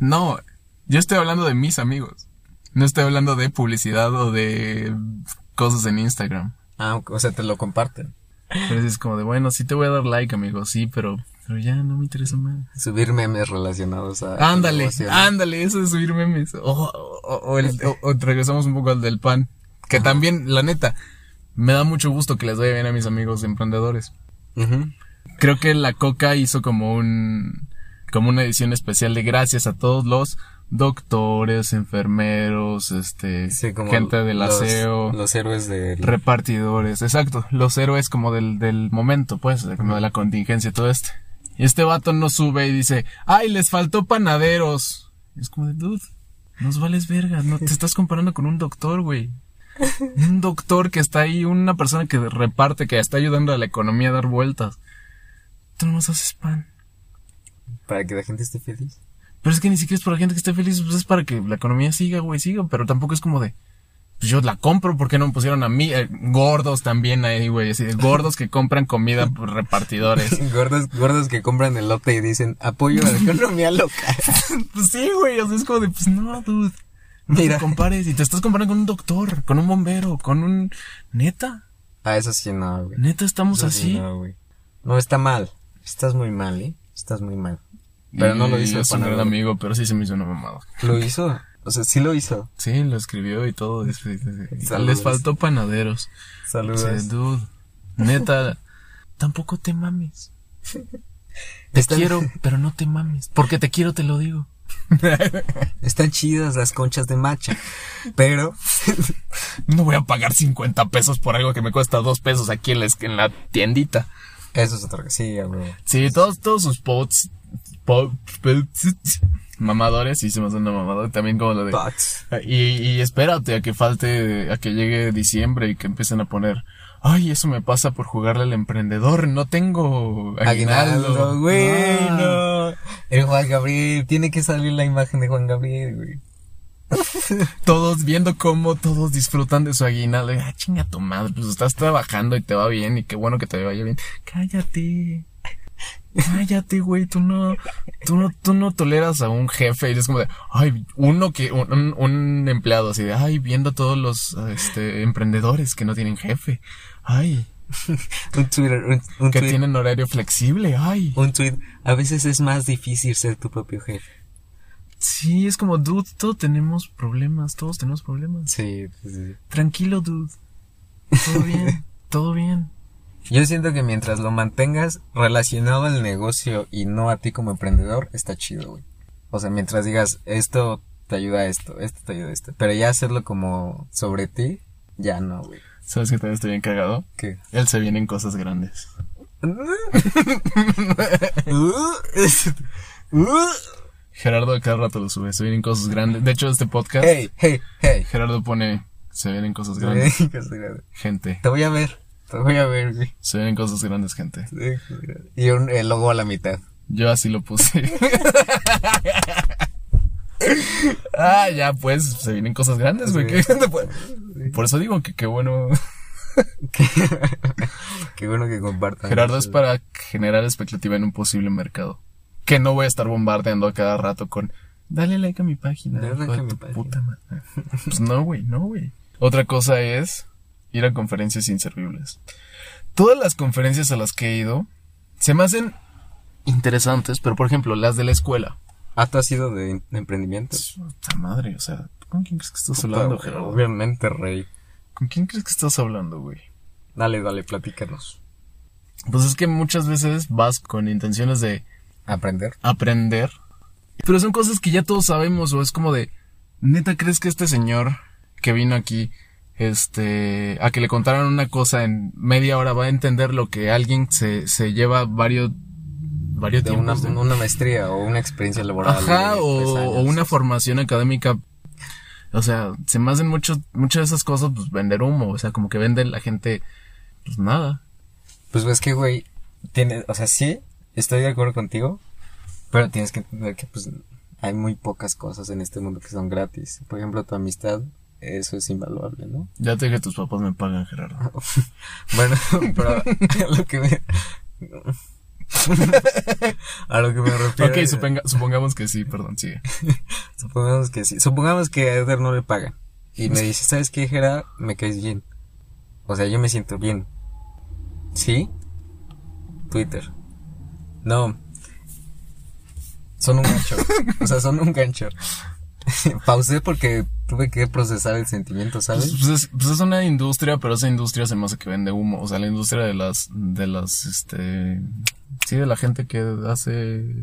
[SPEAKER 1] No, yo estoy hablando de mis amigos. No estoy hablando de publicidad o de cosas en Instagram.
[SPEAKER 2] ah, o sea, te lo comparten.
[SPEAKER 1] Pero sí es como de, bueno, sí te voy a dar like, amigo, sí, pero, pero ya no me interesa más.
[SPEAKER 2] Subir memes relacionados a...
[SPEAKER 1] Ándale, Ah,
[SPEAKER 2] innovación.
[SPEAKER 1] ándale, eso de subir memes. O, o- o el- o- o regresamos un poco al del pan. Que también, la neta, me da mucho gusto que les vaya bien a mis amigos emprendedores.
[SPEAKER 2] Ujú.
[SPEAKER 1] Creo que la Coca hizo como un como una edición especial de gracias a todos los doctores, enfermeros, este
[SPEAKER 2] Sí, como
[SPEAKER 1] gente del
[SPEAKER 2] los-
[SPEAKER 1] aseo,
[SPEAKER 2] Los héroes de...
[SPEAKER 1] repartidores, exacto, los héroes como del, del momento, pues, de- como de la contingencia y todo este. Y este vato no sube y dice, ay, les faltó panaderos. Es como de, dude, nos vales verga, no te estás comparando con un doctor, güey. Un doctor que está ahí, una persona que reparte, que está ayudando a la economía a dar vueltas. Tú nomás haces pan.
[SPEAKER 2] Para que la gente esté feliz.
[SPEAKER 1] Pero es que ni siquiera es para gente que esté feliz, pues es para que la economía siga, güey, siga, pero tampoco es como de, pues yo la compro, ¿por qué no me pusieron a mí? Eh, gordos también ahí, güey, así de gordos que compran comida por repartidores.
[SPEAKER 2] gordos, gordos que compran el lote y dicen, apoyo a la economía local.
[SPEAKER 1] Pues sí, güey, o sea, es como de, pues no, dude. No
[SPEAKER 2] Mira.
[SPEAKER 1] te compares y te estás comparando con un doctor, con un bombero, con un... Neta,
[SPEAKER 2] Ah, eso sí, no, güey.
[SPEAKER 1] neta estamos
[SPEAKER 2] Eso sí,
[SPEAKER 1] así.
[SPEAKER 2] No, güey. No, está mal. Estás muy mal, ¿eh? Estás muy mal. Pero no lo
[SPEAKER 1] Y
[SPEAKER 2] hizo el
[SPEAKER 1] Es un gran
[SPEAKER 2] panadero.
[SPEAKER 1] amigo, pero sí se me hizo una mamada.
[SPEAKER 2] Lo hizo. O sea, sí lo hizo.
[SPEAKER 1] Sí, lo escribió y todo. es- es- es- Les
[SPEAKER 2] Saludos.
[SPEAKER 1] faltó panaderos.
[SPEAKER 2] Saludos.
[SPEAKER 1] Sí, dude. Neta, tampoco te mames. Te
[SPEAKER 2] Están-
[SPEAKER 1] quiero, pero no te mames. Porque te quiero, te lo digo.
[SPEAKER 2] Están chidas las conchas de macha. Pero
[SPEAKER 1] No voy a pagar 50 pesos por algo que me cuesta 2 pesos aquí en la, esqu- en la tiendita.
[SPEAKER 2] eso es otra cosa. Sí, a huevo.
[SPEAKER 1] Sí, todos, todos sus posts, po- posts mamadores, sí se me suena mamador, también como lo de...
[SPEAKER 2] But-
[SPEAKER 1] Y, y espérate a que falte, a que llegue diciembre y que empiecen a poner, ay, eso me pasa por jugarle al emprendedor, no tengo aguinaldo.
[SPEAKER 2] Aguinaldo, güey,
[SPEAKER 1] Ah.
[SPEAKER 2] no. El Juan Gabriel, tiene que salir la imagen de Juan Gabriel, güey.
[SPEAKER 1] Todos viendo cómo todos disfrutan de su aguinaldo. Ah, chinga tu madre, pues estás trabajando y te va bien y qué bueno que te vaya bien. Cállate. Cállate, güey, tú no, tú no, tú no toleras a un jefe y es como de, ay, uno que, un, un- un empleado así de, ay, viendo a todos los, este, emprendedores que no tienen jefe, ay,
[SPEAKER 2] Un Twitter, un, un
[SPEAKER 1] que
[SPEAKER 2] tweet-
[SPEAKER 1] tienen horario flexible, ay.
[SPEAKER 2] un tweet. A veces es más difícil ser tu propio jefe.
[SPEAKER 1] Sí, es como, dude, todos tenemos problemas, todos tenemos problemas.
[SPEAKER 2] Sí, pues, sí.
[SPEAKER 1] Tranquilo, dude. Todo bien, todo bien.
[SPEAKER 2] Yo siento que mientras lo mantengas relacionado al negocio y no a ti como emprendedor, está chido, güey. O sea, mientras digas, esto te ayuda a esto, esto te ayuda a esto. Pero ya hacerlo como sobre ti, ya no, güey.
[SPEAKER 1] ¿Sabes que también estoy bien cagado?
[SPEAKER 2] ¿Qué?
[SPEAKER 1] Él se viene en cosas grandes. Gerardo a cada rato lo sube, se vienen cosas grandes. De hecho, este podcast,
[SPEAKER 2] hey, hey, hey.
[SPEAKER 1] Gerardo pone, se vienen cosas grandes, gente.
[SPEAKER 2] Te voy a ver, te voy a ver, güey.
[SPEAKER 1] Se vienen cosas grandes, gente.
[SPEAKER 2] Y un, el logo a la mitad.
[SPEAKER 1] Yo así lo puse. ah, ya, pues, se vienen cosas grandes, güey. ¿qué? Por eso digo que qué bueno.
[SPEAKER 2] Qué bueno que compartan.
[SPEAKER 1] Gerardo es para generar expectativa en un posible mercado. Que no voy a estar bombardeando a cada rato con dale like a mi página.
[SPEAKER 2] Dale
[SPEAKER 1] hijo
[SPEAKER 2] like
[SPEAKER 1] de
[SPEAKER 2] a mi
[SPEAKER 1] tu
[SPEAKER 2] página".
[SPEAKER 1] puta madre". Pues no, güey, no, güey. Otra cosa es ir a conferencias inservibles. Todas las conferencias a las que he ido se me hacen interesantes, pero por ejemplo, las de la escuela.
[SPEAKER 2] Ah, tú has sido de, de emprendimientos.
[SPEAKER 1] Puta madre, o sea, ¿con quién crees que estás hablando,
[SPEAKER 2] Puta, güey,
[SPEAKER 1] Gerardo?
[SPEAKER 2] Obviamente, rey.
[SPEAKER 1] ¿Con quién crees que estás hablando, güey?
[SPEAKER 2] Dale, dale, platícanos.
[SPEAKER 1] Pues es que muchas veces vas con intenciones de
[SPEAKER 2] Aprender.
[SPEAKER 1] aprender. Pero son cosas que ya todos sabemos o es como de, ¿Neta crees que este señor que vino aquí, este, a que le contaran una cosa en media hora va a entender lo que alguien se, se lleva varios, varios
[SPEAKER 2] De una,
[SPEAKER 1] tiempos de-
[SPEAKER 2] una maestría o una experiencia laboral.
[SPEAKER 1] Ajá,
[SPEAKER 2] de
[SPEAKER 1] o,
[SPEAKER 2] tres
[SPEAKER 1] o
[SPEAKER 2] años?
[SPEAKER 1] una formación académica. O sea, se me hacen mucho, muchas de esas cosas, pues vender humo. O sea, como que vende la gente, pues nada.
[SPEAKER 2] Pues ves que, güey, tiene, o sea, sí, estoy de acuerdo contigo, pero tienes que entender que, pues, hay muy pocas cosas en este mundo que son gratis. Por ejemplo, tu amistad, eso es invaluable, ¿no?
[SPEAKER 1] Ya te dije, tus papás me pagan, Gerardo.
[SPEAKER 2] Bueno, pero a lo que me... a lo que me refiero...
[SPEAKER 1] ok, suponga- supongamos que sí, perdón, sigue.
[SPEAKER 2] Supongamos que sí. Supongamos que a Edgar no le pagan. Y me dice, ¿sabes qué, Gerard? Me caes bien. O sea, yo me siento bien. ¿Sí? Twitter. No. Son un gancho. O sea, son un gancho. Pausé porque tuve que procesar el sentimiento,
[SPEAKER 1] Pues,
[SPEAKER 2] ¿sabes?
[SPEAKER 1] pues es, pues es una industria, pero esa industria se me hace que vende humo. O sea, la industria de las, de las, este, sí, de la gente que hace, de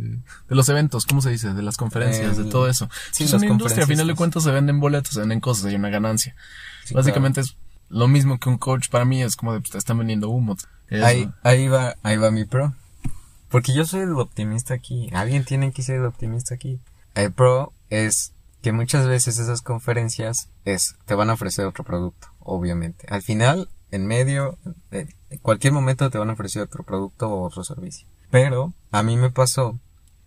[SPEAKER 1] los eventos, ¿cómo se dice? De las conferencias,
[SPEAKER 2] El-
[SPEAKER 1] de todo eso.
[SPEAKER 2] sí,
[SPEAKER 1] es
[SPEAKER 2] los
[SPEAKER 1] una industria, a final de
[SPEAKER 2] conferencistas.
[SPEAKER 1] cuentas se venden boletos, se venden cosas, hay una ganancia.
[SPEAKER 2] Sí,
[SPEAKER 1] Básicamente es lo mismo que un coach para mí, es como de, pues, te están vendiendo humo. Es-
[SPEAKER 2] Ahí, ahí va, ahí va mi pro. Porque yo soy el optimista aquí. Alguien tiene que ser el optimista aquí. El pro es que muchas veces esas conferencias es, te van a ofrecer otro producto, obviamente. Al final, en medio, en en cualquier momento te van a ofrecer otro producto o otro servicio. Pero a mí me pasó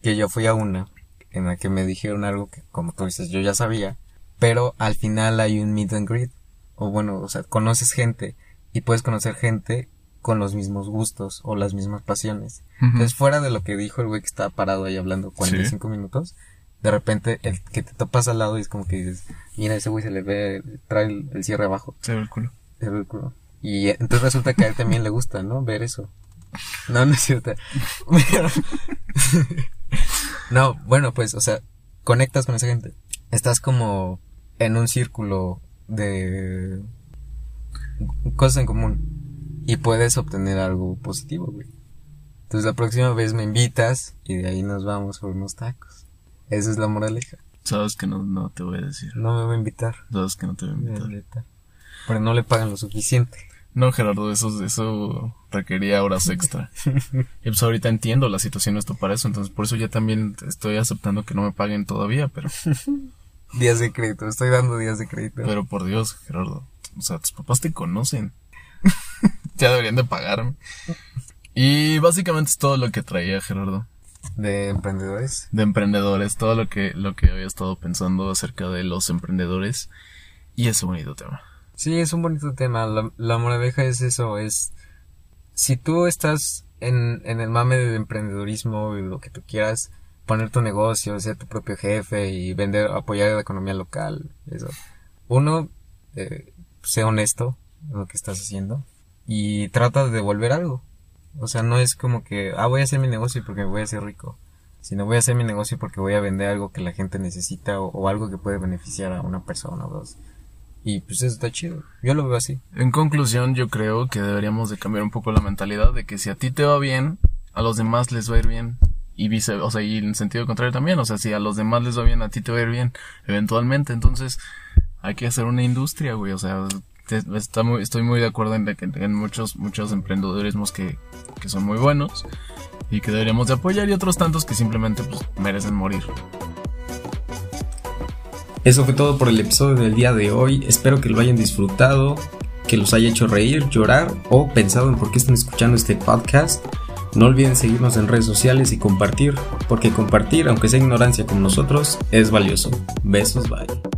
[SPEAKER 2] que yo fui a una en la que me dijeron algo que, como tú dices, yo ya sabía. Pero al final hay un meet and greet. O bueno, o sea, conoces gente y puedes conocer gente con los mismos gustos o las mismas pasiones.
[SPEAKER 1] Ujú.
[SPEAKER 2] Entonces, fuera de lo que dijo el güey que estaba parado ahí hablando 45 minutos, de repente el que te topas al lado y es como que dices, mira, ese güey se le ve, trae el, el cierre abajo,
[SPEAKER 1] Se ve el culo.
[SPEAKER 2] se ve el culo. Y eh, entonces resulta que a él también le gusta, ¿no? Ver eso. No, no es cierto. Pero- no, bueno, pues, o sea, conectas con esa gente. Estás como en un círculo de cosas en común y puedes obtener algo positivo, güey. Entonces la próxima vez me invitas y de ahí nos vamos por unos tacos. Esa es la moraleja.
[SPEAKER 1] Sabes que no, no te voy a decir.
[SPEAKER 2] No me va a invitar.
[SPEAKER 1] Sabes que no te voy a
[SPEAKER 2] Me va a
[SPEAKER 1] invitar.
[SPEAKER 2] invitar. Pero no le pagan lo suficiente.
[SPEAKER 1] No, Gerardo, eso, eso requería horas extra. y pues ahorita entiendo la situación esto para eso, entonces por eso ya también estoy aceptando que no me paguen todavía, pero,
[SPEAKER 2] Días de crédito, estoy dando días de crédito.
[SPEAKER 1] pero por Dios, Gerardo, o sea, tus papás te conocen. ya deberían de pagarme. Y básicamente es todo lo que traía Gerardo.
[SPEAKER 2] De emprendedores.
[SPEAKER 1] de emprendedores, todo lo que, lo que había estado pensando acerca de los emprendedores y ese bonito tema.
[SPEAKER 2] Sí, es un bonito tema. La, la moraleja es eso, es... Si tú estás en, en el mame del emprendedurismo y lo que tú quieras, poner tu negocio, ser tu propio jefe y vender, apoyar la economía local, eso. Uno, eh, sea honesto en lo que estás haciendo y trata de devolver algo. O sea, no es como que, ah, voy a hacer mi negocio porque voy a ser rico, sino voy a hacer mi negocio porque voy a vender algo que la gente necesita o, o algo que puede beneficiar a una persona o dos. Y pues eso está chido. Yo lo veo así.
[SPEAKER 1] En conclusión, yo creo que deberíamos de cambiar un poco la mentalidad de que si a ti te va bien, a los demás les va a ir bien. Y vice, o sea, y en sentido contrario también, o sea, si a los demás les va bien, a ti te va a ir bien, eventualmente. Entonces, hay que hacer una industria, güey, o sea, te- está muy- estoy muy de acuerdo en de que en muchos, muchos emprendedurismos que, que son muy buenos y que deberíamos de apoyar y otros tantos que simplemente, pues, merecen morir.
[SPEAKER 3] Eso fue todo por el episodio del día de hoy. Espero que lo hayan disfrutado, que los haya hecho reír, llorar o pensado en por qué están escuchando este podcast. No olviden seguirnos en redes sociales y compartir, porque compartir, aunque sea ignorancia como nosotros, es valioso. Besos, bye.